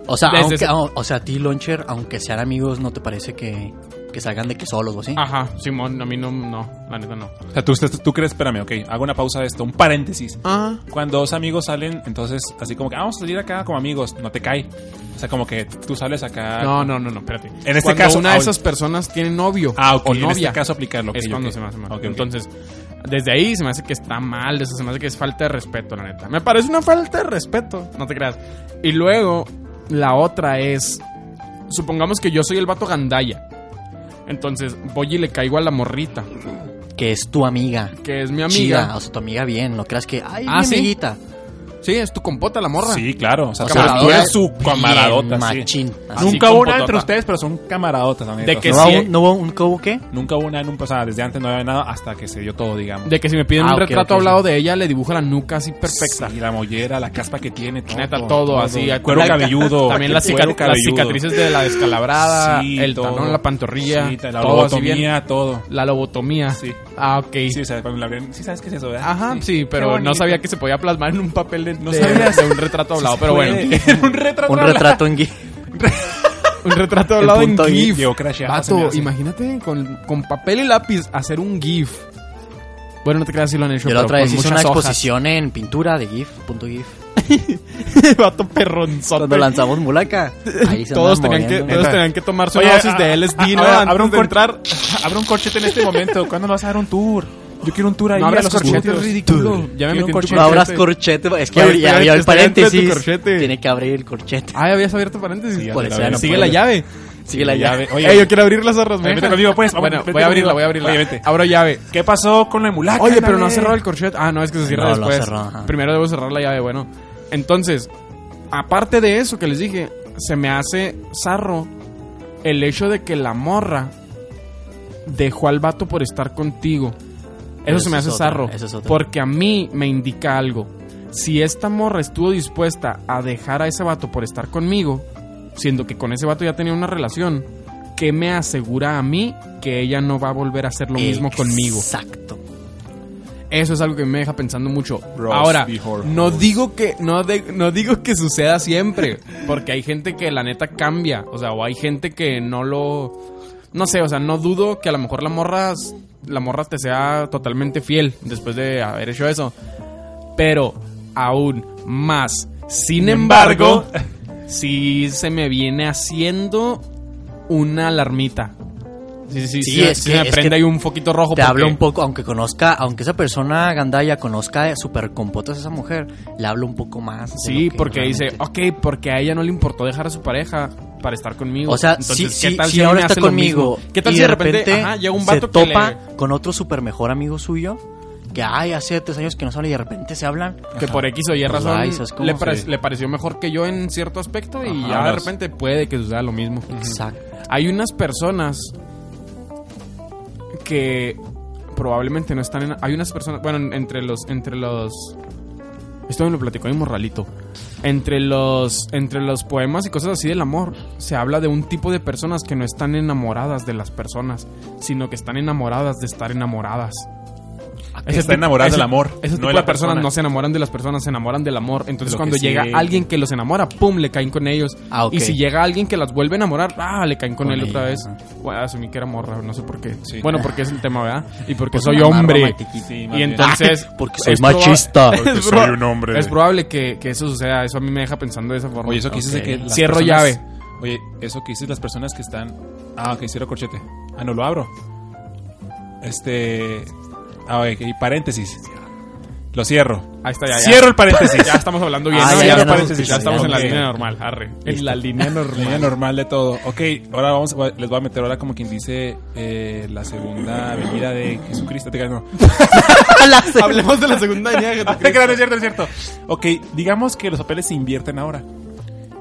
Speaker 4: O sea,
Speaker 2: Desde
Speaker 4: aunque,
Speaker 2: ese-
Speaker 4: o, o sea, a ti, Launcher, aunque sean amigos, ¿no te parece que, que salgan de que solos o así?
Speaker 2: Ajá, Simón, a mí no, no, la neta no.
Speaker 3: O sea, tú, tú, tú crees, espérame, ok. Hago una pausa de esto, un paréntesis.
Speaker 2: Ah,
Speaker 3: Cuando dos amigos salen, entonces, así como que "Ah, vamos a salir acá como amigos, no te cae. O sea, como que tú sales acá.
Speaker 2: no, no, no, no, espérate.
Speaker 3: En este
Speaker 2: Cuando
Speaker 3: caso,
Speaker 2: una
Speaker 3: ah,
Speaker 2: de esas personas tiene novio
Speaker 3: Ah, ok,
Speaker 2: o
Speaker 3: en
Speaker 2: novia,
Speaker 3: este caso aplicarlo. ok,
Speaker 2: es
Speaker 3: ok.
Speaker 2: cuando se me hace mal.
Speaker 3: Ok, ok.
Speaker 2: Entonces, desde ahí se me hace que está mal, eso se me hace que es falta de respeto, la neta. Me parece una falta de respeto, no te creas. Y luego, la otra es, supongamos que yo soy el vato gandaya. Entonces, voy y le caigo a la morrita,
Speaker 4: Que es tu amiga.
Speaker 2: que es mi
Speaker 4: Chida,
Speaker 2: amiga.
Speaker 4: o sea, tu amiga bien, no creas que, ay,
Speaker 2: Ah,
Speaker 4: mi
Speaker 2: ¿sí?
Speaker 4: amiguita.
Speaker 2: Sí, es tu compota la morra.
Speaker 3: Sí, claro. O sea,
Speaker 4: O sea,
Speaker 3: como tú
Speaker 4: ahora
Speaker 3: eres su camaradota.
Speaker 4: bien
Speaker 3: sí.
Speaker 4: machín, así.
Speaker 3: Nunca
Speaker 2: Así
Speaker 3: hubo
Speaker 2: con
Speaker 3: nada entre
Speaker 2: potota.
Speaker 3: ustedes, pero son camaradotas. la neta.
Speaker 2: De Ah, que
Speaker 3: O
Speaker 4: ¿No,
Speaker 3: sea,
Speaker 4: hubo
Speaker 2: sí,
Speaker 4: un- ¿No hubo un cobo qué?
Speaker 3: Nunca hubo nada en un. O sea, desde antes no había nada hasta que se dio todo, digamos.
Speaker 2: De que si me piden
Speaker 4: Ah,
Speaker 2: un
Speaker 4: ok,
Speaker 2: retrato
Speaker 4: ok,
Speaker 2: hablado
Speaker 4: sí.
Speaker 2: de ella, le dibujo la nuca así perfecta.
Speaker 3: Y la mollera, la caspa que tiene, todo.
Speaker 2: Neta, todo, así.
Speaker 3: Cuero
Speaker 2: La-
Speaker 3: cabelludo.
Speaker 2: También las, cica-
Speaker 3: cuero
Speaker 2: las
Speaker 3: cabelludo.
Speaker 2: cicatrices de la descalabrada,
Speaker 3: Sí,
Speaker 2: el
Speaker 3: todo.
Speaker 2: talón, la pantorrilla,
Speaker 3: Sí, la
Speaker 2: todo así bien.
Speaker 3: lobotomía, todo.
Speaker 2: La lobotomía.
Speaker 3: Sí.
Speaker 2: Ah, ok.
Speaker 3: Sí, o sea, cuando la abren- sí sabes qué es eso, ¿verdad?
Speaker 2: Ajá, sí,
Speaker 3: Qué
Speaker 2: pero
Speaker 3: bonito.
Speaker 2: no sabía que se podía plasmar en un papel de,
Speaker 3: No
Speaker 2: de-
Speaker 3: sabías.
Speaker 2: de un retrato hablado,
Speaker 3: Sí se
Speaker 2: pero bueno.
Speaker 3: puede. Era un retrato.
Speaker 4: Un
Speaker 3: hablado.
Speaker 4: retrato en gui-
Speaker 2: Un retrato hablado
Speaker 4: El
Speaker 2: en
Speaker 4: punto ahí
Speaker 2: GIF.
Speaker 3: llegó crasheado, se me
Speaker 2: Vato,
Speaker 3: hace.
Speaker 2: imagínate con, con papel y lápiz hacer un GIF. Bueno, no te creas si lo han hecho,
Speaker 4: Yo la
Speaker 2: pero
Speaker 4: otra vez
Speaker 2: con
Speaker 4: hice
Speaker 2: muchas
Speaker 4: una
Speaker 2: hojas.
Speaker 4: exposición en pintura de GIF, punto GIF.
Speaker 2: Vato perronzote.
Speaker 4: Cuando lanzamos Mulaca, ahí se
Speaker 2: Todos
Speaker 4: andaban
Speaker 2: tenían, que,
Speaker 4: moviendo.
Speaker 2: todos
Speaker 3: Neta.
Speaker 2: tenían que tomarse
Speaker 3: Oye,
Speaker 2: una dosis
Speaker 3: a-
Speaker 2: de
Speaker 3: a-
Speaker 2: LSD,
Speaker 3: a-
Speaker 2: ¿no?
Speaker 3: ahora,
Speaker 2: Antes
Speaker 3: abre un
Speaker 2: de
Speaker 3: cor-
Speaker 2: entrar.
Speaker 3: Abre un corchete en este momento. ¿Cuándo nos vas a dar un tour? Yo quiero un tour ahí
Speaker 2: No
Speaker 3: a
Speaker 2: abras
Speaker 3: los
Speaker 2: corchete,
Speaker 3: estudios.
Speaker 2: es ridículo.
Speaker 3: Quiero
Speaker 2: Ya me
Speaker 3: un
Speaker 2: metí en tu
Speaker 3: corchete. Ah,
Speaker 4: No abras
Speaker 2: corchete.
Speaker 4: corchete, es que
Speaker 2: Oye,
Speaker 4: abrí- ya
Speaker 2: espérate,
Speaker 4: abrió el
Speaker 2: está dentro de tu
Speaker 4: paréntesis.
Speaker 2: corchete.
Speaker 4: Tiene que abrir el corchete.
Speaker 2: Ah, habías abierto paréntesis. Pues
Speaker 3: Sí, ya
Speaker 4: Por
Speaker 3: te
Speaker 4: eso
Speaker 3: la
Speaker 4: ya
Speaker 3: abrí.
Speaker 4: no
Speaker 2: Sigue
Speaker 4: puedo.
Speaker 2: la llave.
Speaker 4: Sigue la
Speaker 3: La
Speaker 4: llave. Eh,
Speaker 3: llave. Oye,
Speaker 2: Ey, yo quiero abrir las zorras,
Speaker 3: Oye,
Speaker 2: me
Speaker 3: vete
Speaker 2: dejan.
Speaker 3: conmigo, pues, vamos,
Speaker 2: Bueno,
Speaker 3: vete
Speaker 2: voy a abrirla,
Speaker 3: conmigo.
Speaker 2: voy a abrirla.
Speaker 3: Oye, vete.
Speaker 2: Abro llave.
Speaker 3: ¿Qué pasó con la emulaca?
Speaker 2: Oye, pero no ha
Speaker 3: Dale.
Speaker 2: cerrado el corchet. Ah, no, es que se cierra
Speaker 4: No, lo
Speaker 2: después.
Speaker 4: cerró, ajá.
Speaker 2: Primero debo cerrar la llave, bueno. Entonces, aparte de eso que les dije, se me hace zarro el hecho de que la morra dejó al vato por estar contigo. Eso,
Speaker 4: Eso
Speaker 2: se me
Speaker 4: es
Speaker 2: hace
Speaker 4: otra,
Speaker 2: zarro.
Speaker 4: eso es otra.
Speaker 2: porque a mí me indica algo. Si esta morra estuvo dispuesta a dejar a ese vato por estar conmigo, siendo que con ese vato ya tenía una relación, ¿qué me asegura a mí que ella no va a volver a hacer lo mismo conmigo?
Speaker 4: Exacto.
Speaker 2: Eso es algo que me deja pensando mucho.
Speaker 3: Ross
Speaker 2: Ahora,
Speaker 3: B. Horvath.
Speaker 2: no digo que no, de- no digo que suceda siempre, porque hay gente que la neta cambia, o sea, o hay gente que no lo no sé, o sea, no dudo que a lo mejor la morra s- la morra te sea totalmente fiel después de haber hecho eso. Pero aún más. Sin embargo, sí se me viene haciendo una alarmita. Sí, sí, sí,
Speaker 4: Sí,
Speaker 2: sí,
Speaker 4: es
Speaker 2: sí
Speaker 4: que-
Speaker 2: me
Speaker 4: es
Speaker 2: prende
Speaker 4: que
Speaker 2: ahí un foquito rojo.
Speaker 4: Te
Speaker 2: porque-
Speaker 4: hablo un poco, aunque conozca, aunque esa persona gandaya conozca eh, super compotas a esa mujer, le hablo un poco más. de
Speaker 2: Sí,
Speaker 4: lo que
Speaker 2: porque dice,
Speaker 4: realmente-
Speaker 2: ok, porque a ella no le importó dejar a su pareja para estar conmigo.
Speaker 4: O sea,
Speaker 2: "Oh, Entonces,
Speaker 4: si,
Speaker 2: ¿qué
Speaker 4: si-
Speaker 2: tal
Speaker 4: si
Speaker 2: a mí
Speaker 4: ahora
Speaker 2: me
Speaker 4: está
Speaker 2: hace lo
Speaker 4: conmigo
Speaker 2: mismo? ¿Qué tal
Speaker 4: y
Speaker 2: si
Speaker 4: de repente
Speaker 2: ajá, llega un vato
Speaker 4: se
Speaker 2: que
Speaker 4: topa
Speaker 2: le-
Speaker 4: con otro super mejor amigo suyo que ay hace tres años que no se hablan y de repente se hablan?
Speaker 2: que por X o Y
Speaker 4: Pues,
Speaker 2: razón
Speaker 4: ay, ¿sabes cómo?
Speaker 2: le, pare-
Speaker 4: Sí.
Speaker 2: le pareció mejor que yo en cierto aspecto y
Speaker 4: Ajá.
Speaker 2: ya de
Speaker 3: Ahora sí.
Speaker 2: repente puede que suceda lo mismo.
Speaker 4: Exacto.
Speaker 2: Hay unas personas que probablemente no están en... Hay unas personas, bueno, en- entre los... Entre los esto me lo platicó mi morralito. Entre los, entre los poemas y cosas así del amor, se habla de un tipo de personas que no están enamoradas de las personas, sino que están enamoradas de estar enamoradas.
Speaker 3: Ah, Está enamorada del amor,
Speaker 2: Ese
Speaker 3: no
Speaker 2: tipo
Speaker 3: de
Speaker 2: de,
Speaker 3: la
Speaker 2: personas
Speaker 3: persona.
Speaker 2: no se enamoran de las personas, se enamoran del amor. Entonces
Speaker 3: lo
Speaker 2: cuando
Speaker 3: que
Speaker 2: llega
Speaker 3: siente.
Speaker 2: alguien que los enamora, ¡pum! le caen con ellos.
Speaker 4: Ah, ok.
Speaker 2: Y si llega alguien que las vuelve a enamorar, ¡ah! le caen con,
Speaker 4: Con
Speaker 2: él otra
Speaker 4: ella,
Speaker 2: vez.
Speaker 4: ajá.
Speaker 2: Bueno, asumí que era morra, no sé por qué.
Speaker 3: Sí.
Speaker 2: Bueno, porque es el tema, ¿verdad? Y porque
Speaker 4: Pues
Speaker 2: soy
Speaker 4: una más
Speaker 2: hombre.
Speaker 4: romantiquita.
Speaker 3: Sí, más
Speaker 2: Y
Speaker 3: bien.
Speaker 2: entonces...
Speaker 4: Porque soy
Speaker 2: es proba-
Speaker 4: machista.
Speaker 2: es
Speaker 3: Porque soy
Speaker 2: proba-
Speaker 3: un hombre.
Speaker 2: Es probable que, que eso suceda. Eso a mí me deja pensando de esa forma.
Speaker 3: Oye, eso que dices
Speaker 4: Ok.
Speaker 3: de que. las
Speaker 2: Cierro
Speaker 3: personas-
Speaker 2: llave.
Speaker 3: Oye, eso que dices las personas que están. Ah, ok, cierro corchete. Ah, no lo abro. Este. Ah, ok, paréntesis. Lo cierro.
Speaker 2: Ahí está, ya, ya.
Speaker 3: Cierro el paréntesis.
Speaker 2: Ya estamos hablando bien.
Speaker 4: Ah,
Speaker 2: ¿no? Ya
Speaker 4: ya, ya
Speaker 2: no
Speaker 4: nos
Speaker 2: paréntesis, ya estamos
Speaker 4: escuchamos,
Speaker 2: en la
Speaker 3: ok.
Speaker 2: línea normal. Arre. En la línea
Speaker 3: Línea
Speaker 2: normal.
Speaker 3: normal de todo. Ok, ahora vamos, a- les voy a meter ahora como quien dice eh, la segunda venida de Jesucristo. Te creas, no.
Speaker 2: Hablemos de la segunda línea de
Speaker 3: Ah, te creas, no es cierto, no es cierto. Ok, digamos que los papeles se invierten ahora.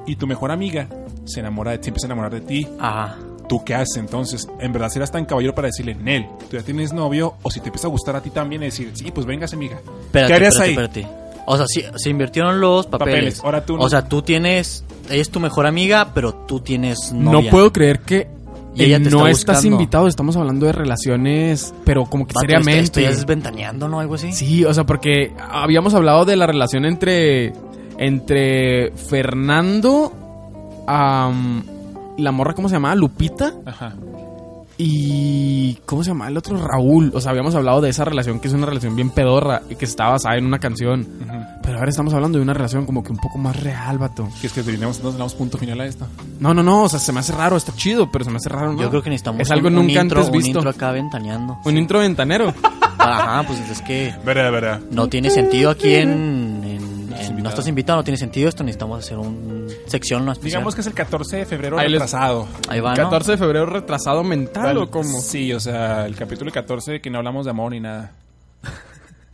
Speaker 3: Y tu mejor amiga se enamora de ti, empieza a enamorar de ti.
Speaker 4: Ajá.
Speaker 3: ¿Tú qué haces entonces? ¿En verdad serás tan caballero para decirle, Nel, tú ya tienes novio? O si te empieza a gustar a ti también, y decir, sí, pues vengas, amiga.
Speaker 4: Espérate,
Speaker 3: ¿Qué harías ahí?
Speaker 4: espérate, espérate. O sea, sí, se invirtieron los papeles.
Speaker 3: Papeles, ahora tú no.
Speaker 4: O sea, tú tienes. Ella es tu mejor amiga, pero tú tienes.
Speaker 2: No
Speaker 4: novia.
Speaker 2: puedo creer que
Speaker 4: Y ella
Speaker 2: en
Speaker 4: te está
Speaker 2: no estás
Speaker 4: buscando.
Speaker 2: invitado. Estamos hablando de relaciones, pero como que
Speaker 4: Vato,
Speaker 2: seriamente.
Speaker 4: esto- esto ya es ventaneando, ¿no? Algo así.
Speaker 2: Sí, o sea, porque habíamos hablado de la relación entre entre Fernando, am, la morra, ¿cómo se llamaba? Lupita
Speaker 3: Ajá.
Speaker 2: y ¿cómo se llama el otro? Raúl. O sea, habíamos hablado de esa relación que es una relación bien pedorra y que está basada en una canción.
Speaker 3: Ujú.
Speaker 2: Pero ahora estamos hablando de una relación como que un poco más real, vato.
Speaker 3: Que es que deberíamos, nos damos punto final a esto.
Speaker 2: No, no, no, o sea, se me hace raro, está chido, pero se me hace raro. ¿no?
Speaker 4: Yo creo que necesitamos
Speaker 2: Es algo
Speaker 4: un, un
Speaker 2: nunca
Speaker 4: intro,
Speaker 2: antes visto.
Speaker 4: Un intro acá ventaneando.
Speaker 2: Un intro ventanero.
Speaker 4: Ajá, pues es que
Speaker 3: Verá, verá.
Speaker 4: no tiene sentido aquí en. en- en- no
Speaker 3: invitado.
Speaker 4: estás invitado, no tiene sentido esto. Necesitamos hacer un sección no especial.
Speaker 3: Digamos que es el 14 de febrero
Speaker 2: Ahí les-
Speaker 3: retrasado.
Speaker 4: Ahí va, ¿no?
Speaker 2: 14 de febrero retrasado mental o cómo?
Speaker 3: Sí, o sea, el capítulo 14 que no hablamos de amor ni nada.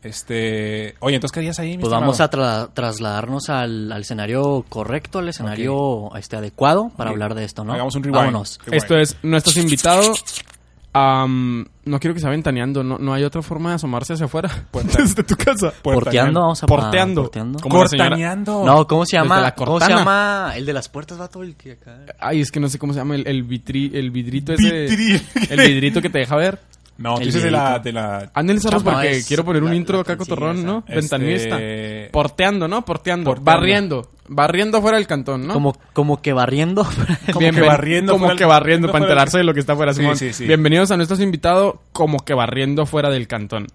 Speaker 3: Este. Oye, entonces, ¿qué harías ahí, mi
Speaker 4: Pues
Speaker 3: estimado?
Speaker 4: vamos a tra- trasladarnos al, al escenario correcto, al escenario este, adecuado para
Speaker 3: Ok.
Speaker 4: hablar de esto, ¿no?
Speaker 3: Hagamos un rewind.
Speaker 4: Vámonos.
Speaker 3: Qué
Speaker 2: Esto
Speaker 3: guay.
Speaker 2: es, no estás invitado. Am, no quiero que sea ventaneando, no, no hay otra forma de asomarse hacia afuera. Desde tu casa.
Speaker 4: Porteando, vamos a
Speaker 2: Porteando.
Speaker 4: porteando.
Speaker 2: Como la señora-
Speaker 3: Cortaneando.
Speaker 4: No, ¿cómo se
Speaker 2: Desde
Speaker 4: llama?
Speaker 2: la
Speaker 4: ¿Cómo se
Speaker 2: Cortana.
Speaker 4: llama? El de las puertas, vato, el que acá.
Speaker 2: Ay, es que no sé cómo se llama el, el, vitri- el vidrito ese.
Speaker 3: Vitril.
Speaker 2: El vidrito que te deja ver.
Speaker 3: No, tú
Speaker 4: El
Speaker 3: dices de la,
Speaker 4: viejito.
Speaker 3: de la.
Speaker 2: Ándale, Sarros,
Speaker 4: No,
Speaker 2: porque
Speaker 4: es
Speaker 2: quiero poner un
Speaker 4: la-
Speaker 2: intro
Speaker 4: la
Speaker 2: acá,
Speaker 4: canción
Speaker 2: cotorrón,
Speaker 4: esa.
Speaker 2: ¿no?
Speaker 3: Este-
Speaker 2: Ventanista. Porteando, ¿no? Porteando.
Speaker 3: Porteando.
Speaker 2: Barriendo. Barriendo afuera del cantón, ¿no?
Speaker 4: Como, como que barriendo.
Speaker 3: Como que barriendo
Speaker 2: como
Speaker 3: fuera
Speaker 2: que
Speaker 3: el-
Speaker 2: barriendo para
Speaker 3: fuera el-
Speaker 2: enterarse de lo que está fuera
Speaker 3: Sí,
Speaker 2: Simón.
Speaker 3: sí, sí.
Speaker 2: Bienvenidos a nuestros invitados como que barriendo fuera del cantón.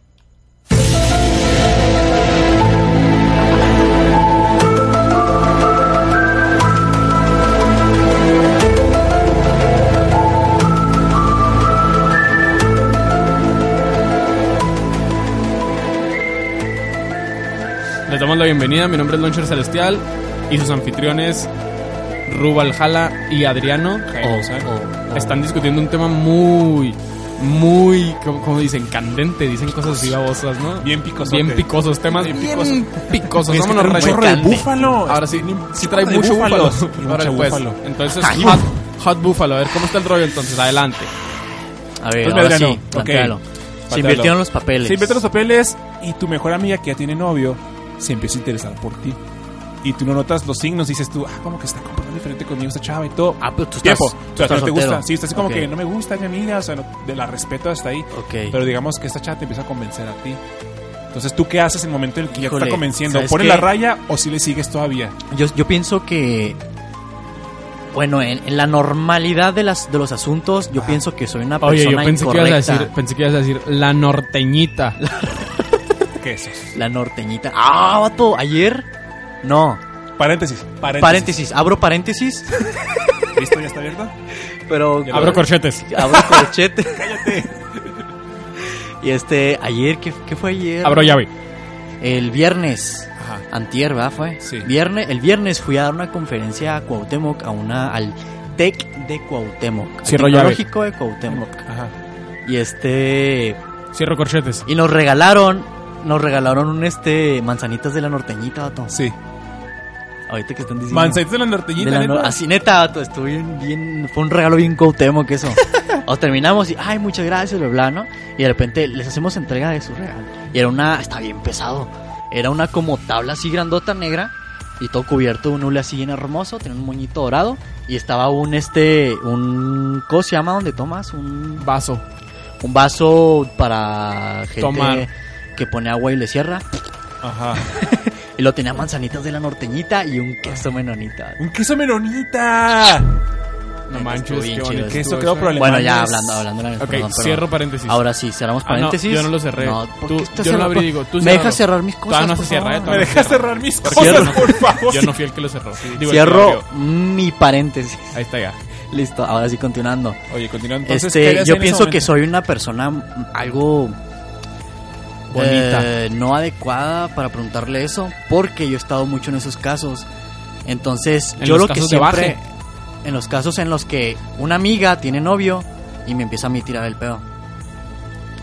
Speaker 2: Les damos la bienvenida, mi nombre es Launcher Celestial y sus anfitriones Rubal Jala y Adriano oh,
Speaker 3: Jaime Guzmán.
Speaker 2: están discutiendo un tema muy, muy, como, como dicen, candente, dicen cosas así babosas, ¿no?
Speaker 3: Bien picosos.
Speaker 2: Bien picosos, temas bien,
Speaker 3: Bien picosos.
Speaker 2: picosos.
Speaker 3: Es que
Speaker 2: Vámonos,
Speaker 3: trae un
Speaker 2: Rey.
Speaker 3: chorro de
Speaker 4: Cande.
Speaker 3: búfalo.
Speaker 2: Ahora sí, sí trae
Speaker 3: de
Speaker 2: mucho búfalo.
Speaker 3: búfalos. Y
Speaker 2: Órale,
Speaker 3: mucho
Speaker 2: pues.
Speaker 3: búfalo.
Speaker 2: Entonces,
Speaker 4: Ay,
Speaker 2: hot, hot búfalo. A ver, ¿cómo está el rollo entonces? Adelante.
Speaker 4: A ver,
Speaker 3: Pues
Speaker 4: ahora
Speaker 3: Belgrano,
Speaker 4: sí,
Speaker 3: ok.
Speaker 4: plantéalo. Se
Speaker 3: Plantéalo.
Speaker 4: invirtieron los papeles.
Speaker 3: Se invierten los papeles y tu mejor amiga que ya tiene novio se empieza a interesar por ti. Y tú no notas los signos, dices tú, ah, como que está comportando diferente conmigo esta chava y todo.
Speaker 4: Ah, pero tú estás-
Speaker 3: Tiempo.
Speaker 4: tú
Speaker 3: O sea,
Speaker 4: estás
Speaker 3: no te
Speaker 4: soltero.
Speaker 3: gusta. Sí, estás así como
Speaker 4: Ok.
Speaker 3: que no me gusta mi amiga, o sea, no- de la respeto hasta ahí.
Speaker 4: Ok.
Speaker 3: Pero digamos que esta chava te empieza a convencer a ti. Entonces, ¿tú qué haces en el momento en el que ya
Speaker 4: Híjole,
Speaker 3: está convenciendo?
Speaker 4: ¿sabes
Speaker 3: ¿Pones
Speaker 4: qué?
Speaker 3: la raya o si le sigues todavía?
Speaker 4: Yo, yo pienso que. Bueno, en, en la normalidad de, las, de los asuntos, yo pienso que soy una persona
Speaker 2: Oye, yo pensé que, ibas a
Speaker 4: incorrecta.
Speaker 2: decir, pensé que ibas a decir la norteñita.
Speaker 3: ¿Qué es eso?
Speaker 4: La norteñita. ¡Ah, vato! Ayer. No.
Speaker 3: Paréntesis. Paréntesis.
Speaker 4: Paréntesis. Abro paréntesis,
Speaker 3: ¿Listo? ¿Ya está abierto?
Speaker 4: pero.
Speaker 2: Abro corchetes.
Speaker 4: Abro corchete. Cállate. Y este, ayer, ¿qué, qué fue ayer?
Speaker 2: Abro llave.
Speaker 4: El viernes.
Speaker 3: Ajá.
Speaker 4: Antier, ¿verdad? Fue.
Speaker 3: Sí.
Speaker 4: Viernes, el viernes fui a dar una conferencia a Cuauhtémoc, a una, al TEC de Cuauhtémoc. al
Speaker 2: Cierro llave.
Speaker 4: Tecnológico de Cuauhtémoc.
Speaker 3: Ajá.
Speaker 4: Y este.
Speaker 2: Cierro corchetes.
Speaker 4: Y nos regalaron. Nos regalaron un este. Manzanitas de la norteñita, vato.
Speaker 3: Sí.
Speaker 4: Ahorita que están diciendo.
Speaker 3: Manzanitas de la
Speaker 4: de
Speaker 3: norteñita,
Speaker 4: la
Speaker 3: neta.
Speaker 4: nor- Así neta, vato. Estuvo bien, bien- Fue un regalo bien Cuauhtémoc eso. Nos terminamos y. Ay, muchas gracias, bla, bla, ¿no? Y de repente les hacemos entrega de su regalo. Y era una. Está bien pesado. Era una como tabla así grandota negra. Y todo cubierto de un hule así bien hermoso. Tenía un moñito dorado. Y estaba un este. Un. ¿Cómo se llama? donde tomas? Un
Speaker 2: Vaso.
Speaker 4: un vaso para gente
Speaker 2: Tomar.
Speaker 4: que pone agua y le cierra.
Speaker 3: Ajá.
Speaker 4: Y lo tenía manzanitas de la norteñita y un queso menonita.
Speaker 3: ¡Un queso menonita!
Speaker 2: No
Speaker 4: Estuvo
Speaker 2: manches,
Speaker 4: bien
Speaker 2: qué
Speaker 4: chido,
Speaker 2: bonito.
Speaker 4: estuvo
Speaker 3: Queso
Speaker 2: estuvo
Speaker 3: quedó
Speaker 2: eso.
Speaker 3: problema.
Speaker 4: Bueno, ya
Speaker 3: Alemanes.
Speaker 4: hablando, hablando. la vez,
Speaker 2: Ok,
Speaker 4: perdón, perdón.
Speaker 2: cierro paréntesis.
Speaker 4: Ahora sí, cerramos
Speaker 2: Ah, no,
Speaker 4: paréntesis.
Speaker 2: yo no lo cerré.
Speaker 4: ¿por
Speaker 2: Tú-
Speaker 4: qué estás
Speaker 2: yo no lo
Speaker 4: cerrando?
Speaker 2: abrigo, tú
Speaker 4: Me dejas
Speaker 2: ciérralo.
Speaker 4: cerrar mis cosas.
Speaker 2: Todavía no se
Speaker 4: por
Speaker 2: cierra,
Speaker 4: favor.
Speaker 2: eh,
Speaker 3: Me
Speaker 2: todavía
Speaker 3: dejas cerrar mis cosas,
Speaker 4: cierro.
Speaker 3: por favor.
Speaker 2: Yo no fui el que lo cerró. Digo, el que lo
Speaker 4: Cierro
Speaker 2: abrió.
Speaker 4: mi paréntesis.
Speaker 2: Ahí está ya.
Speaker 4: Listo, ahora sí continuando.
Speaker 3: Oye, continuando. Entonces, ¿qué
Speaker 4: este,
Speaker 3: harías
Speaker 4: yo
Speaker 3: en ese
Speaker 4: pienso que
Speaker 3: momento?
Speaker 4: soy una persona mm, algo
Speaker 2: Bonita.
Speaker 4: eh, no adecuada para preguntarle eso, porque yo he estado mucho en esos casos. Entonces,
Speaker 2: En
Speaker 4: yo
Speaker 2: los
Speaker 4: lo que
Speaker 2: casos de baje.
Speaker 4: siempre en los casos en los que una amiga tiene novio y me empieza a mí tirar el pedo.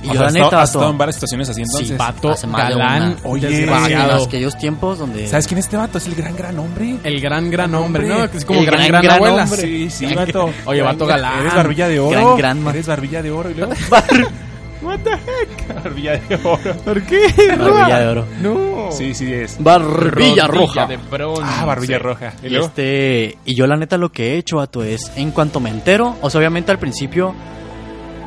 Speaker 4: Y
Speaker 3: O
Speaker 4: yo
Speaker 3: sea,
Speaker 4: la
Speaker 3: has
Speaker 4: neta
Speaker 3: estado- has
Speaker 4: vato,
Speaker 3: estado en varias situaciones así entonces.
Speaker 4: sí,
Speaker 2: Vato
Speaker 4: hace más de
Speaker 2: galán,
Speaker 4: una.
Speaker 3: oye,
Speaker 4: Guau, en
Speaker 2: desgraciado.
Speaker 4: aquellos tiempos donde
Speaker 3: ¿Sabes quién es este vato? Es el gran, gran hombre.
Speaker 2: El gran, gran hombre, ¿no? Que Es como
Speaker 4: El
Speaker 2: gran,
Speaker 4: gran,
Speaker 2: gran,
Speaker 4: gran
Speaker 2: abuela.
Speaker 4: hombre.
Speaker 3: Sí, sí, vato.
Speaker 2: Oye, vato galán.
Speaker 3: Eres barbilla de oro.
Speaker 4: Gran, gran, man.
Speaker 3: Eres barbilla de oro. Y luego,
Speaker 2: What the heck?
Speaker 3: barbilla de oro.
Speaker 2: ¿Por qué?
Speaker 4: Barbilla de oro.
Speaker 2: No.
Speaker 3: Sí, sí es.
Speaker 4: Barbilla roja.
Speaker 2: de bronce.
Speaker 3: Ah, barbilla roja. ¿Y
Speaker 4: Y,
Speaker 3: luego?
Speaker 4: este, y yo la neta lo que he hecho, vato, es en cuanto me entero, o sea, obviamente al principio,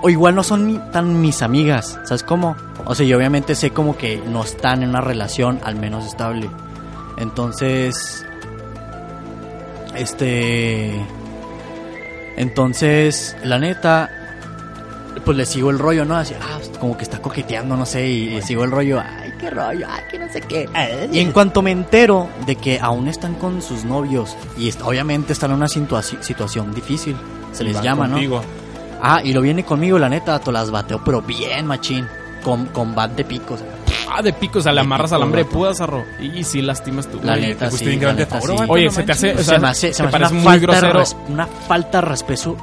Speaker 4: o igual no son ni- tan mis amigas, ¿sabes cómo? O sea, yo obviamente sé como que no están en una relación al menos estable. Entonces, este, entonces, la neta, pues le sigo el rollo, ¿no? Así, ah, como que está coqueteando, no sé, y le sigo el rollo, ay, qué rollo, ay, que no sé qué. Y en cuanto me entero de que aún están con sus novios y est- obviamente están en una situaci- situación difícil, se les
Speaker 3: Va
Speaker 4: llama,
Speaker 3: contigo.
Speaker 4: ¿no? Ah, y lo viene conmigo, la neta, to las bateo, pero bien, machín, con, con bat de picos.
Speaker 2: Ah, de picos, a la
Speaker 4: De
Speaker 2: amarras
Speaker 4: picos,
Speaker 2: al hambre de
Speaker 4: vato.
Speaker 2: pudas, arro. Y sí, lastimas pues tú.
Speaker 4: La
Speaker 2: güey.
Speaker 4: neta,
Speaker 3: fuiste
Speaker 4: sí,
Speaker 3: bien
Speaker 4: la
Speaker 3: grande a
Speaker 4: neta,
Speaker 3: favor,
Speaker 4: sí.
Speaker 3: vato,
Speaker 2: Oye,
Speaker 3: no
Speaker 2: se te
Speaker 3: manches.
Speaker 2: hace. o
Speaker 4: Se
Speaker 2: sea,
Speaker 4: me hace, se
Speaker 2: te
Speaker 4: me hace
Speaker 2: parece
Speaker 4: una,
Speaker 2: muy
Speaker 4: falta de
Speaker 2: grosero.
Speaker 4: res- una falta de respeto.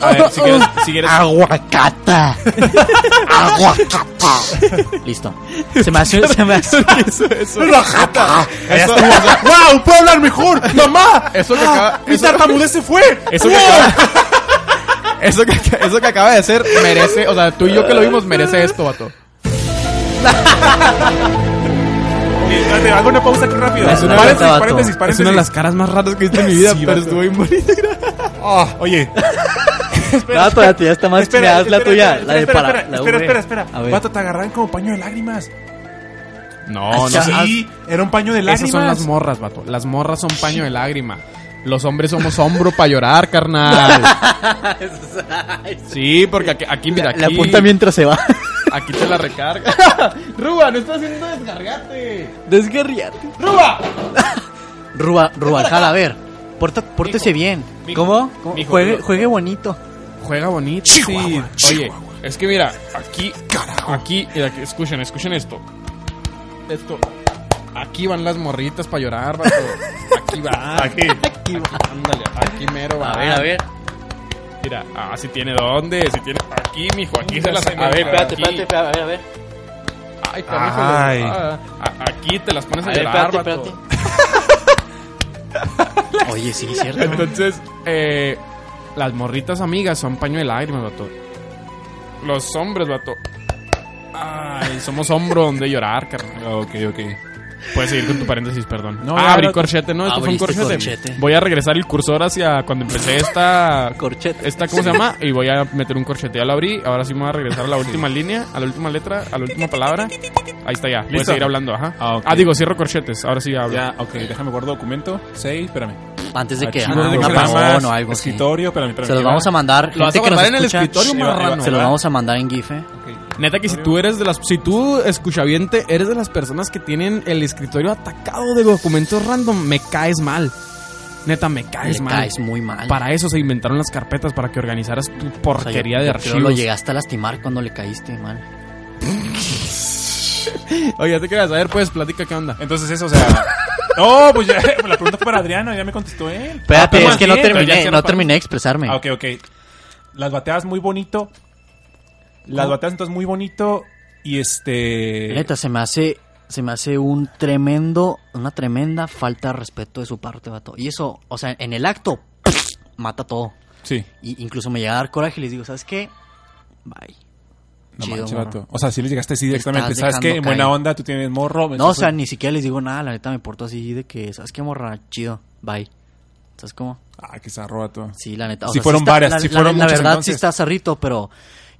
Speaker 2: A ver, si quieres. Si quieres
Speaker 4: Aguacata. Aguacata. Listo. Se me hace, se me hace.
Speaker 2: eso, eso,
Speaker 4: Rajata.
Speaker 2: eso,
Speaker 3: ¡Wow! ¡Puedo hablar mejor! ¡Mamá! Ah,
Speaker 2: eso que acaba.
Speaker 3: ¡Mi
Speaker 2: Eso,
Speaker 3: tartamudez se fue!
Speaker 2: eso que acaba. Eso que, eso que acaba de hacer merece. O sea, tú y yo que lo vimos merece esto, vato.
Speaker 3: Espérate, Eh, Hago una pausa aquí rápido.
Speaker 4: Es una
Speaker 3: Paréntesis,
Speaker 4: falta, vato.
Speaker 3: paréntesis,
Speaker 2: Es una
Speaker 3: paréntesis.
Speaker 2: de las caras más raras que he visto en mi vida,
Speaker 3: Sí,
Speaker 2: pero
Speaker 3: vato.
Speaker 2: estuvo bien bonita.
Speaker 3: Ah, Oye,
Speaker 4: No, pero la tuya está más chingada, es la tuya,
Speaker 3: espera,
Speaker 4: la de
Speaker 3: espera,
Speaker 4: para.
Speaker 3: espera,
Speaker 4: la
Speaker 3: espera,
Speaker 4: V.
Speaker 3: espera, espera.
Speaker 4: A ver.
Speaker 3: Vato, te agarraban como paño de lágrimas.
Speaker 2: No,
Speaker 4: Ya,
Speaker 3: sí, era un paño de
Speaker 2: Esas
Speaker 3: lágrimas.
Speaker 2: son las morras, vato. Las morras son paño de lágrima. Los hombres somos hombro para llorar, carnal. Sí, porque aquí, aquí mira, aquí,
Speaker 4: La apunta mientras se va.
Speaker 2: aquí te la recarga. Ruba, no estás haciendo descargate.
Speaker 4: Desguerriate.
Speaker 2: Ruba.
Speaker 4: Ruba, Rubalcaba, a ver. Porta, pórtese bien.
Speaker 2: mijo,
Speaker 4: ¿Cómo? ¿Cómo?
Speaker 2: mijo,
Speaker 4: juegue,
Speaker 2: mijo.
Speaker 4: juegue bonito.
Speaker 2: Juega bonito.
Speaker 3: Chihuahua,
Speaker 2: sí. Oye,
Speaker 3: Chihuahua.
Speaker 2: es que mira, aquí, aquí, mira, que- escuchen, escuchen esto. Esto. Aquí van las morritas para llorar, vato. Aquí va.
Speaker 3: Aquí.
Speaker 2: Aquí va. Ándale, aquí mero va. Mira, ah, si tiene dónde, si tiene aquí, mijo, aquí se las
Speaker 4: A ver, espérate,
Speaker 2: aquí.
Speaker 4: espérate, espérate, a ver, a ver.
Speaker 2: Ay, carajo,
Speaker 3: Ay.
Speaker 2: ah, ah, aquí te las pones
Speaker 4: A
Speaker 2: a,
Speaker 4: ver,
Speaker 2: llorar,
Speaker 4: espérate,
Speaker 2: vato.
Speaker 4: espérate. Oye, sí, cierto.
Speaker 2: Entonces, eh, las morritas amigas son paño de lágrimas, vato. Los hombres, vato. Ay, somos hombro donde llorar, carnal.
Speaker 3: Ok, ok.
Speaker 2: Puedes seguir con tu paréntesis, perdón.
Speaker 3: No,
Speaker 2: ah,
Speaker 3: ya
Speaker 2: abrí
Speaker 3: lo-
Speaker 2: corchete, ¿no? Esto fue un
Speaker 4: Abriste
Speaker 2: corchete.
Speaker 4: corchete.
Speaker 2: Voy a regresar el cursor hacia cuando empecé esta...
Speaker 4: Corchete.
Speaker 2: esta ¿Cómo se llama? Y voy a meter un corchete. Ya lo abrí. Ahora sí me voy a regresar a la última línea, a la última letra, a la última palabra. Ahí está ya. Voy a
Speaker 3: ¿Listo?
Speaker 2: seguir hablando, ajá.
Speaker 3: Ah, ok.
Speaker 2: digo, cierro corchetes. Ahora sí hablo.
Speaker 3: Ya, ok, déjame guardo documento. Seis, espérame.
Speaker 4: Antes de que
Speaker 3: Archivos
Speaker 4: hagan
Speaker 3: de
Speaker 4: una
Speaker 3: programas,
Speaker 4: presión o algo así.
Speaker 3: Escritorio, espérame, espérame.
Speaker 4: Se los vamos a mandar.
Speaker 2: Lo vas a
Speaker 4: gente que nos
Speaker 2: guardar en el
Speaker 4: escucha,
Speaker 2: escritorio,
Speaker 4: shh,
Speaker 2: marrano,
Speaker 4: Se los
Speaker 2: ¿verdad?
Speaker 4: vamos a mandar en GIF. eh.
Speaker 3: Ok.
Speaker 2: Neta que si tú eres de las... Si tú, escuchaviente, eres de las personas que tienen el escritorio atacado de documentos random, me caes mal. Neta, me caes
Speaker 4: Le
Speaker 2: mal.
Speaker 4: caes muy mal.
Speaker 2: Para eso se inventaron las carpetas, para que organizaras tu
Speaker 4: O sea, yo-
Speaker 2: porquería de
Speaker 4: yo creo Lo
Speaker 2: archivos. Ah,
Speaker 4: llegaste a lastimar cuando le caíste, man.
Speaker 2: Oye, ya te quedas. A ver, pues, platica qué onda.
Speaker 3: Entonces eso, o sea... No, pues ya, la pregunta fue para Adriano, ya me contestó él.
Speaker 4: Espérate,
Speaker 3: Ah,
Speaker 4: es que no
Speaker 3: sí, entonces ya
Speaker 4: terminé,
Speaker 3: cierro
Speaker 4: no
Speaker 3: para-
Speaker 4: terminé de expresarme.
Speaker 3: Ah, ok, ok. Las bateas muy bonito. Las bateas entonces muy bonito y este...
Speaker 4: Neta, se me hace, se me hace un tremendo, una tremenda falta de respeto de su parte, vato. Y eso, o sea, en el acto, mata todo.
Speaker 3: Sí.
Speaker 4: Y incluso me llega a dar coraje y les digo, ¿sabes qué? Bye.
Speaker 3: No
Speaker 4: Chido,
Speaker 3: manches,
Speaker 4: morro.
Speaker 3: vato. O sea, sí les llegaste así directamente.
Speaker 4: Estás
Speaker 3: ¿Sabes qué?
Speaker 4: dejando
Speaker 3: En buena
Speaker 4: caer.
Speaker 3: onda, tú tienes morro.
Speaker 4: No, o
Speaker 3: entonces-
Speaker 4: sea, ni siquiera les digo nada, la neta me porto así de que, ¿sabes qué, morra? Chido, bye. ¿Sabes cómo?
Speaker 3: Ah, qué zarro, vato.
Speaker 4: Sí, la neta.
Speaker 3: Sí fueron
Speaker 4: está-
Speaker 3: varias,
Speaker 4: la,
Speaker 3: sí
Speaker 4: la-
Speaker 3: fueron
Speaker 4: la
Speaker 3: muchas,
Speaker 4: verdad sí
Speaker 3: entonces.
Speaker 4: está zarrito, pero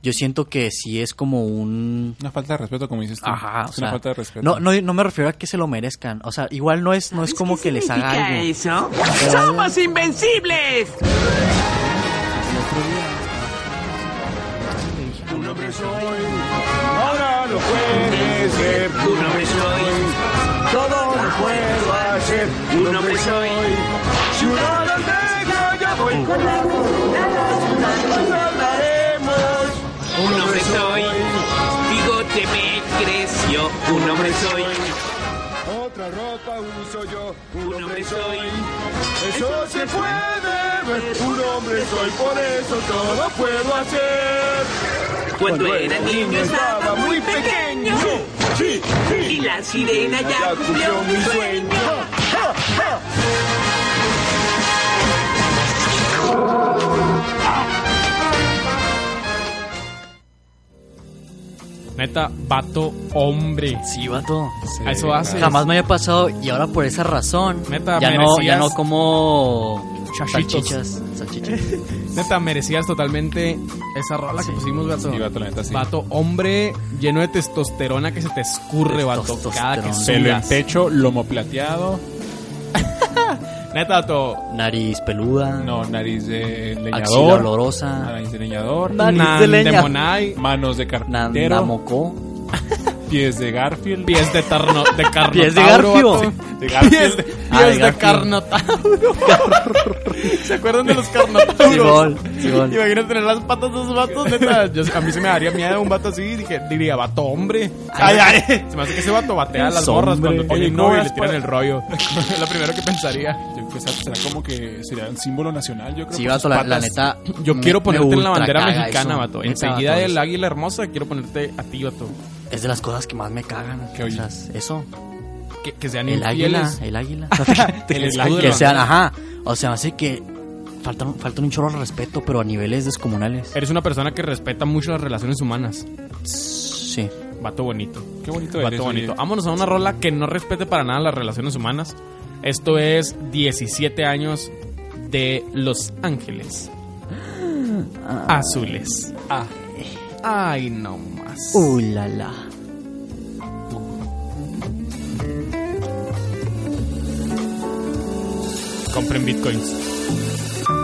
Speaker 4: yo siento que sí es como un...
Speaker 3: Una falta de respeto, como dices tú.
Speaker 4: Ajá, o
Speaker 3: Es una
Speaker 4: sea,
Speaker 3: falta de respeto.
Speaker 4: No, no, no me refiero a que se lo merezcan. O sea, igual no es, no es como que les haga
Speaker 6: significa
Speaker 4: algo.
Speaker 6: eso?
Speaker 4: Pero-
Speaker 6: ¡Somos invencibles!
Speaker 7: Ahora lo puedes ver. Un hombre soy. Todo lo puedo hacer. Un hombre soy. Si uno lo tengo, yo voy con él. Hablaremos.
Speaker 6: Un hombre soy, bigote me creció. Un hombre soy,
Speaker 7: Otra ropa uso yo.
Speaker 6: un hombre soy.
Speaker 7: Eso se puede ver. Un hombre soy. Por eso todo puedo hacer.
Speaker 6: Cuando era niño estaba muy pequeño.
Speaker 7: Sí, sí.
Speaker 6: Y la sirena ya cumplió mi sueño.
Speaker 2: Neta, vato hombre.
Speaker 4: Sí, vato.
Speaker 2: A eso hace.
Speaker 4: Jamás me había pasado y ahora por esa razón
Speaker 2: Neta,
Speaker 4: ya no ya
Speaker 2: merecías-
Speaker 4: no como
Speaker 2: Chachitos.
Speaker 4: salchichas, salchichas.
Speaker 2: Neta, merecías totalmente esa rola que pusimos, vato.
Speaker 3: Sí, vato, la neta, sí.
Speaker 2: Vato hombre lleno de testosterona que se te escurre, vato. Cada que
Speaker 4: Testosterona.
Speaker 3: Pelo en
Speaker 2: sudas.
Speaker 3: pecho, lomo plateado.
Speaker 2: Neta, vato.
Speaker 4: Nariz peluda,
Speaker 3: No, nariz de
Speaker 4: axila
Speaker 3: leñador.
Speaker 4: olorosa,
Speaker 3: Nariz de leñador.
Speaker 4: Nariz de leña.
Speaker 2: Nandemonai,
Speaker 3: Manos de carpintero.
Speaker 4: nandamoco,
Speaker 3: Pies de Garfield.
Speaker 2: Pies de, tarno, de carnotauro.
Speaker 4: Pies de Garfio.
Speaker 2: vato.
Speaker 3: de
Speaker 2: Pies,
Speaker 3: Garfield.
Speaker 2: de-
Speaker 4: Ah, de
Speaker 2: pies de
Speaker 4: Garfio.
Speaker 2: carnotauro. ¿Se acuerdan de los carnotauros?
Speaker 4: Sí, gol, sí, gol.
Speaker 2: Imagínate tener las patas de esos vatos, neta. Yo- a mí se me daría miedo un vato así. Dije, diría, vato hombre. Ay, ay. Se me hace que ese vato batea a las
Speaker 4: Hombre.
Speaker 2: borras cuando
Speaker 3: Oye,
Speaker 2: tiene
Speaker 3: ¿cómo
Speaker 2: novio y
Speaker 3: vas
Speaker 2: le tiran
Speaker 3: para-
Speaker 2: el rollo. Es lo primero que pensaría.
Speaker 3: Yo creo que esa será como que sería un símbolo nacional, yo creo.
Speaker 4: Sí,
Speaker 3: por
Speaker 4: vato,
Speaker 3: sus
Speaker 4: la, la
Speaker 3: patas.
Speaker 4: neta.
Speaker 2: Yo
Speaker 4: me-
Speaker 2: quiero
Speaker 4: me
Speaker 2: ponerte en la
Speaker 4: ultra
Speaker 2: bandera
Speaker 4: caga
Speaker 2: mexicana,
Speaker 4: eso.
Speaker 2: vato.
Speaker 4: Neta,
Speaker 2: Enseguida
Speaker 4: vato,
Speaker 2: del
Speaker 4: es-
Speaker 2: águila hermosa, quiero ponerte a ti, vato.
Speaker 4: Es de las cosas que más me cagan.
Speaker 3: ¿Qué
Speaker 4: o
Speaker 3: oye?
Speaker 4: sea, eso.
Speaker 2: Que, que sean
Speaker 4: El águila,
Speaker 2: infieles.
Speaker 4: el águila. O sea,
Speaker 2: El escudo de
Speaker 4: que
Speaker 2: la
Speaker 4: sean,
Speaker 2: bandera.
Speaker 4: ajá. O sea, así que faltan, faltan un chorro de respeto, pero a niveles descomunales.
Speaker 2: Eres una persona que respeta mucho las relaciones humanas.
Speaker 4: Sí.
Speaker 2: Vato bonito.
Speaker 3: Qué bonito
Speaker 2: Vato
Speaker 3: eres, oye.
Speaker 2: bonito. Vámonos a una rola que no respete para nada las relaciones humanas. Esto es 17 años de Los Ángeles. Azules.
Speaker 3: Ah.
Speaker 2: Ay, no más.
Speaker 4: Uh, la, la.
Speaker 2: Compren bitcoins.
Speaker 5: Oh,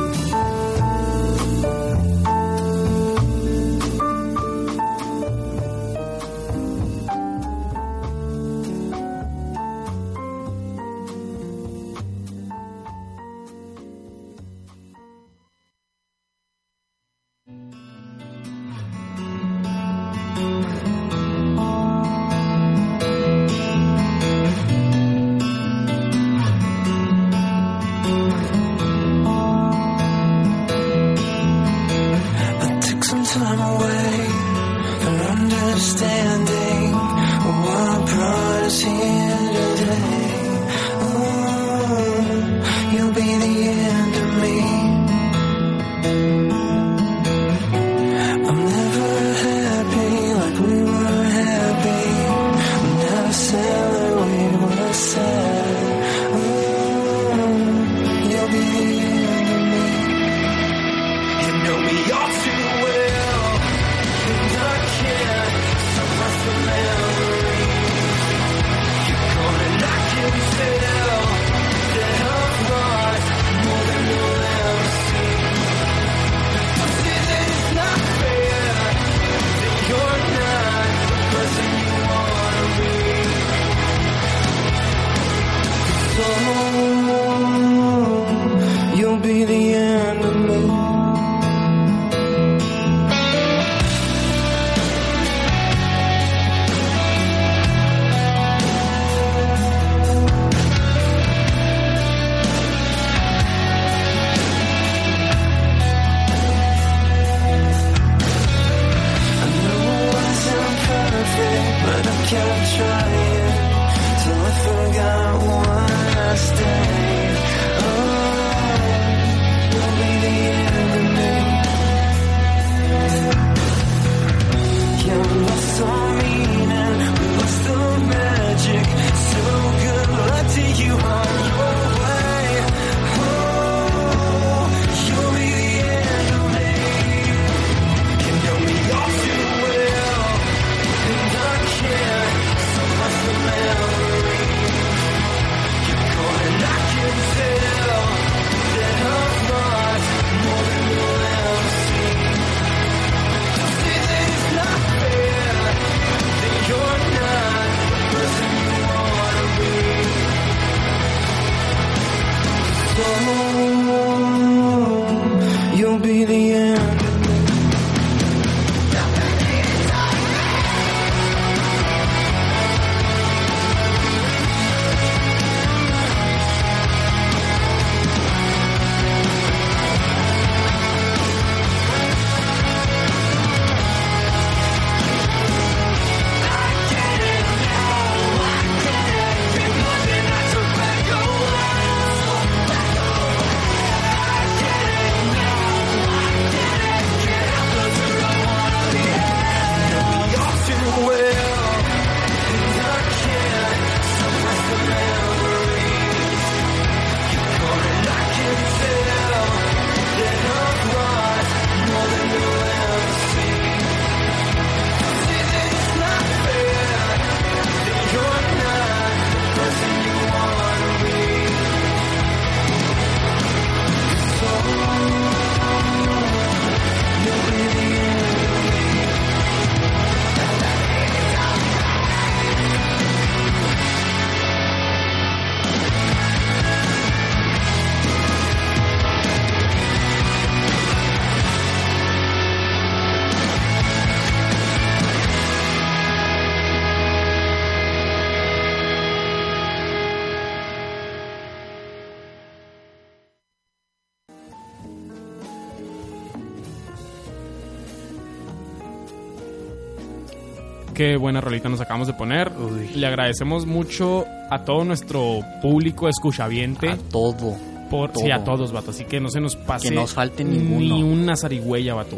Speaker 2: qué buena rolita nos acabamos de poner.
Speaker 4: Uy.
Speaker 2: Le agradecemos mucho a todo nuestro público escuchaviente.
Speaker 4: A todo.
Speaker 2: por,
Speaker 4: todo.
Speaker 2: sí, a todos, vato. Así que no se nos pase
Speaker 4: Que no nos falte
Speaker 2: ni
Speaker 4: ninguno.
Speaker 2: una zarigüeya, vato.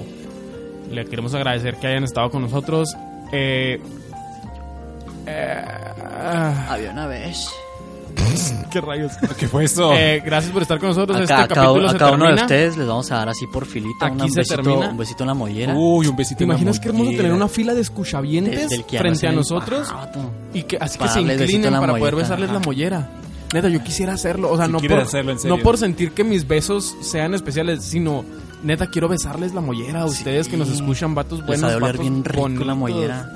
Speaker 2: Le queremos agradecer que hayan estado con nosotros. Eh,
Speaker 4: Había una vez.
Speaker 2: ¿Qué rayos?
Speaker 3: ¿Qué fue eso?
Speaker 2: Eh, gracias por estar con nosotros.
Speaker 4: Acá,
Speaker 2: este
Speaker 4: a cada,
Speaker 2: capítulo
Speaker 4: a
Speaker 2: se
Speaker 4: cada uno de
Speaker 2: termina.
Speaker 4: ustedes les vamos a dar así por filita
Speaker 2: Aquí
Speaker 4: una- un,
Speaker 2: se
Speaker 4: besito,
Speaker 2: termina.
Speaker 4: un besito en la mollera.
Speaker 3: Uy, un besito.
Speaker 2: ¿Te
Speaker 3: en la
Speaker 2: imaginas qué hermoso
Speaker 3: mollera.
Speaker 2: tener una fila de
Speaker 4: de-
Speaker 2: escuchavientes
Speaker 4: del
Speaker 2: frente
Speaker 4: que abracen
Speaker 2: a
Speaker 4: el
Speaker 2: nosotros?
Speaker 4: pato.
Speaker 2: Y que así
Speaker 4: Para
Speaker 2: que se
Speaker 4: darles besito en
Speaker 2: inclinen
Speaker 4: la
Speaker 2: para poder
Speaker 4: mollera,
Speaker 2: besarles la
Speaker 4: ajá.
Speaker 2: mollera. Neta, yo quisiera hacerlo. O sea,
Speaker 3: Si
Speaker 2: no
Speaker 3: quieres
Speaker 2: por,
Speaker 3: hacerlo, en serio.
Speaker 2: no por sentir que mis besos sean especiales, sino neta, quiero besarles la mollera a ustedes que nos escuchan, vatos
Speaker 4: Les ha
Speaker 2: buenos,
Speaker 4: de Pues, oler
Speaker 2: vatos
Speaker 4: bien rico
Speaker 2: bonitos.
Speaker 4: la mollera.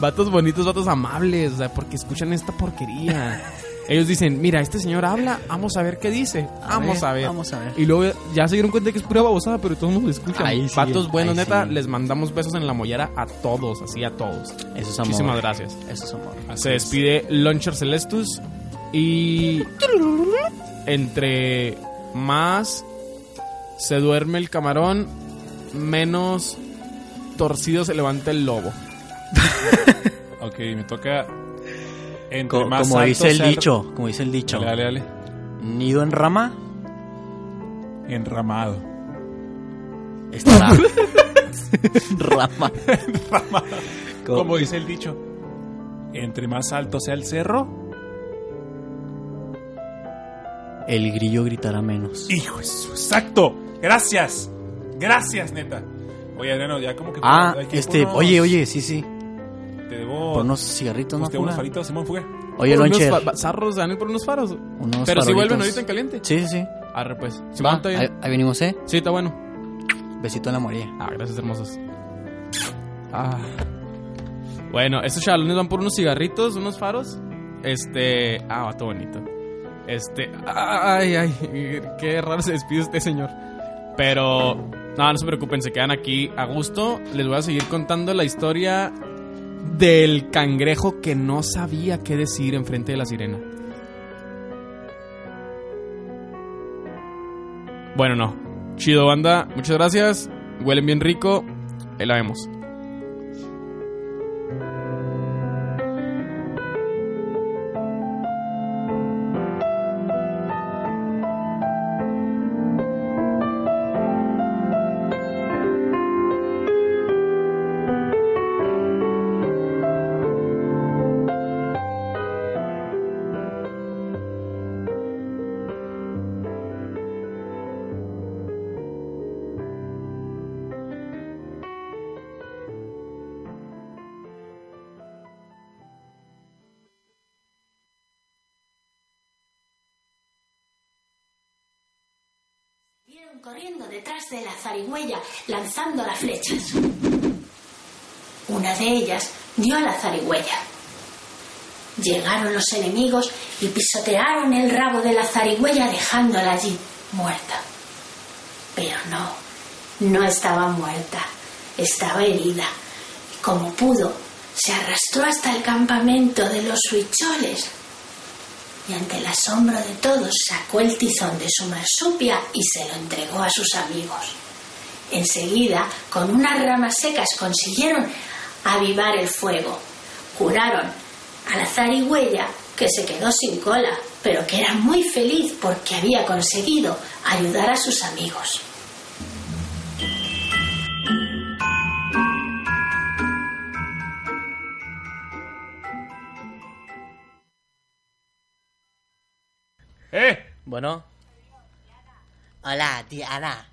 Speaker 2: Vatos bonitos, vatos amables, o sea, porque escuchan esta porquería. Ellos dicen, mira, este señor habla, vamos a ver qué dice.
Speaker 4: A
Speaker 2: vamos
Speaker 4: ver,
Speaker 2: a ver.
Speaker 4: vamos a ver.
Speaker 2: Y luego ya se dieron cuenta que es pura babosada, pero todos nos escuchan.
Speaker 4: Ahí sí,
Speaker 2: vatos buenos,
Speaker 4: ahí
Speaker 2: neta,
Speaker 4: sí.
Speaker 2: les mandamos besos en la mollera a todos, así a todos.
Speaker 4: Eso es amor.
Speaker 2: Muchísimas gracias.
Speaker 4: Eso es amor.
Speaker 2: Se despide Launcher Celestus y entre más se duerme el camarón, menos torcido se levanta el lobo.
Speaker 3: Ok, me toca. Entre
Speaker 4: Co-
Speaker 3: más
Speaker 4: como
Speaker 3: alto
Speaker 4: dice el
Speaker 3: sea
Speaker 4: dicho, como dice el dicho.
Speaker 3: Dale, dale, dale.
Speaker 4: Nido en rama
Speaker 3: Enramado.
Speaker 4: estará. rama. Co-
Speaker 3: Como dice el dicho. Entre más alto sea el cerro.
Speaker 4: El grillo gritará menos.
Speaker 3: Hijo, eso, exacto. Gracias. Gracias, neta. Oye, Adriano, ya como que.
Speaker 4: Ah,
Speaker 3: hay que
Speaker 4: este,
Speaker 3: ponernos-
Speaker 4: oye, oye, sí, sí.
Speaker 3: Te debo. pues
Speaker 4: Pon unos cigarritos, ¿no?
Speaker 3: Te debo Este, unos
Speaker 4: Fuga?
Speaker 3: faritos, Simón Fuga.
Speaker 4: Oye,
Speaker 2: Por unos
Speaker 4: Loncher.
Speaker 2: fa- zarros, Dani, por unos faros.
Speaker 4: Unos
Speaker 2: Pero si
Speaker 4: farolitos.
Speaker 2: vuelven ahorita en caliente.
Speaker 4: Sí, sí, sí.
Speaker 2: Arre, pues. Sí,
Speaker 4: Va,
Speaker 2: está bien.
Speaker 4: ahí, ahí venimos, ¿eh?
Speaker 2: Sí, está bueno.
Speaker 4: Besito en la moría.
Speaker 2: Ah, gracias, hermosos. Ah. Bueno, estos chavalones van por unos cigarritos, unos faros. Este. Ah, va todo bonito. Este. Ay, ay. Qué raro se despide este señor. Pero. No, no se preocupen, se quedan aquí a gusto. Les voy a seguir contando la historia del cangrejo que no sabía qué decir enfrente de la sirena. Bueno, no. Chido, banda. Muchas gracias. Huelen bien rico. Ahí la vemos.
Speaker 1: Vieron corriendo detrás de la zarigüeya, lanzando las flechas. Una de ellas dio a la zarigüeya. Llegaron los enemigos y pisotearon el rabo de la zarigüeya dejándola allí muerta. Pero no, no estaba muerta, estaba herida. Y como pudo, se arrastró hasta el campamento de los huicholes y ante el asombro de todos sacó el tizón de su marsupia y se lo entregó a sus amigos. Enseguida, con unas ramas secas consiguieron avivar el fuego. Juraron a la zarigüeya que se quedó sin cola, pero que era muy feliz porque había conseguido ayudar a sus amigos.
Speaker 3: ¡Eh!
Speaker 4: Bueno.
Speaker 8: Hola, tía Ana.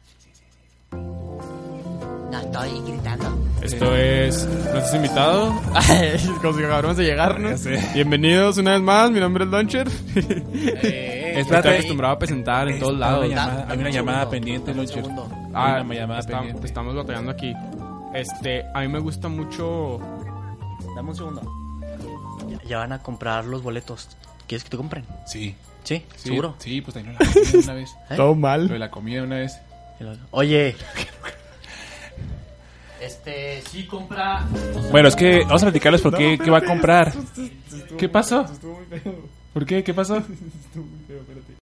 Speaker 8: No estoy gritando.
Speaker 2: Esto es nuestros invitados. Como si acabamos de
Speaker 3: Ya
Speaker 2: llegarnos.
Speaker 3: sé.
Speaker 2: Bienvenidos una vez más. Mi nombre es Launcher. eh, Estoy
Speaker 3: Eh, espérate.
Speaker 2: acostumbrado a presentar en todos
Speaker 3: Hay
Speaker 2: lados.
Speaker 3: una llamada, hay una
Speaker 4: un
Speaker 3: llamada
Speaker 4: segundo,
Speaker 3: pendiente,
Speaker 4: dame un
Speaker 3: Loncher.
Speaker 4: segundo.
Speaker 2: Ah,
Speaker 3: Hay una llamada
Speaker 2: está-
Speaker 3: pendiente.
Speaker 2: estamos batallando aquí. Este, a mí me gusta mucho.
Speaker 4: Dame un segundo. Ya, ya van a comprar los boletos. ¿Quieres que te compren?
Speaker 3: Sí.
Speaker 4: Sí,
Speaker 3: sí,
Speaker 4: seguro.
Speaker 3: Sí, pues ahí no la comida una vez.
Speaker 4: ¿Eh?
Speaker 2: Todo
Speaker 3: Lo
Speaker 2: mal.
Speaker 3: de la comida una vez.
Speaker 4: Oye. Este, sí compra.
Speaker 3: Bueno, es que vamos a platicarles por qué, qué va a comprar. ¿Qué pasó? ¿Por qué? ¿Qué pasó?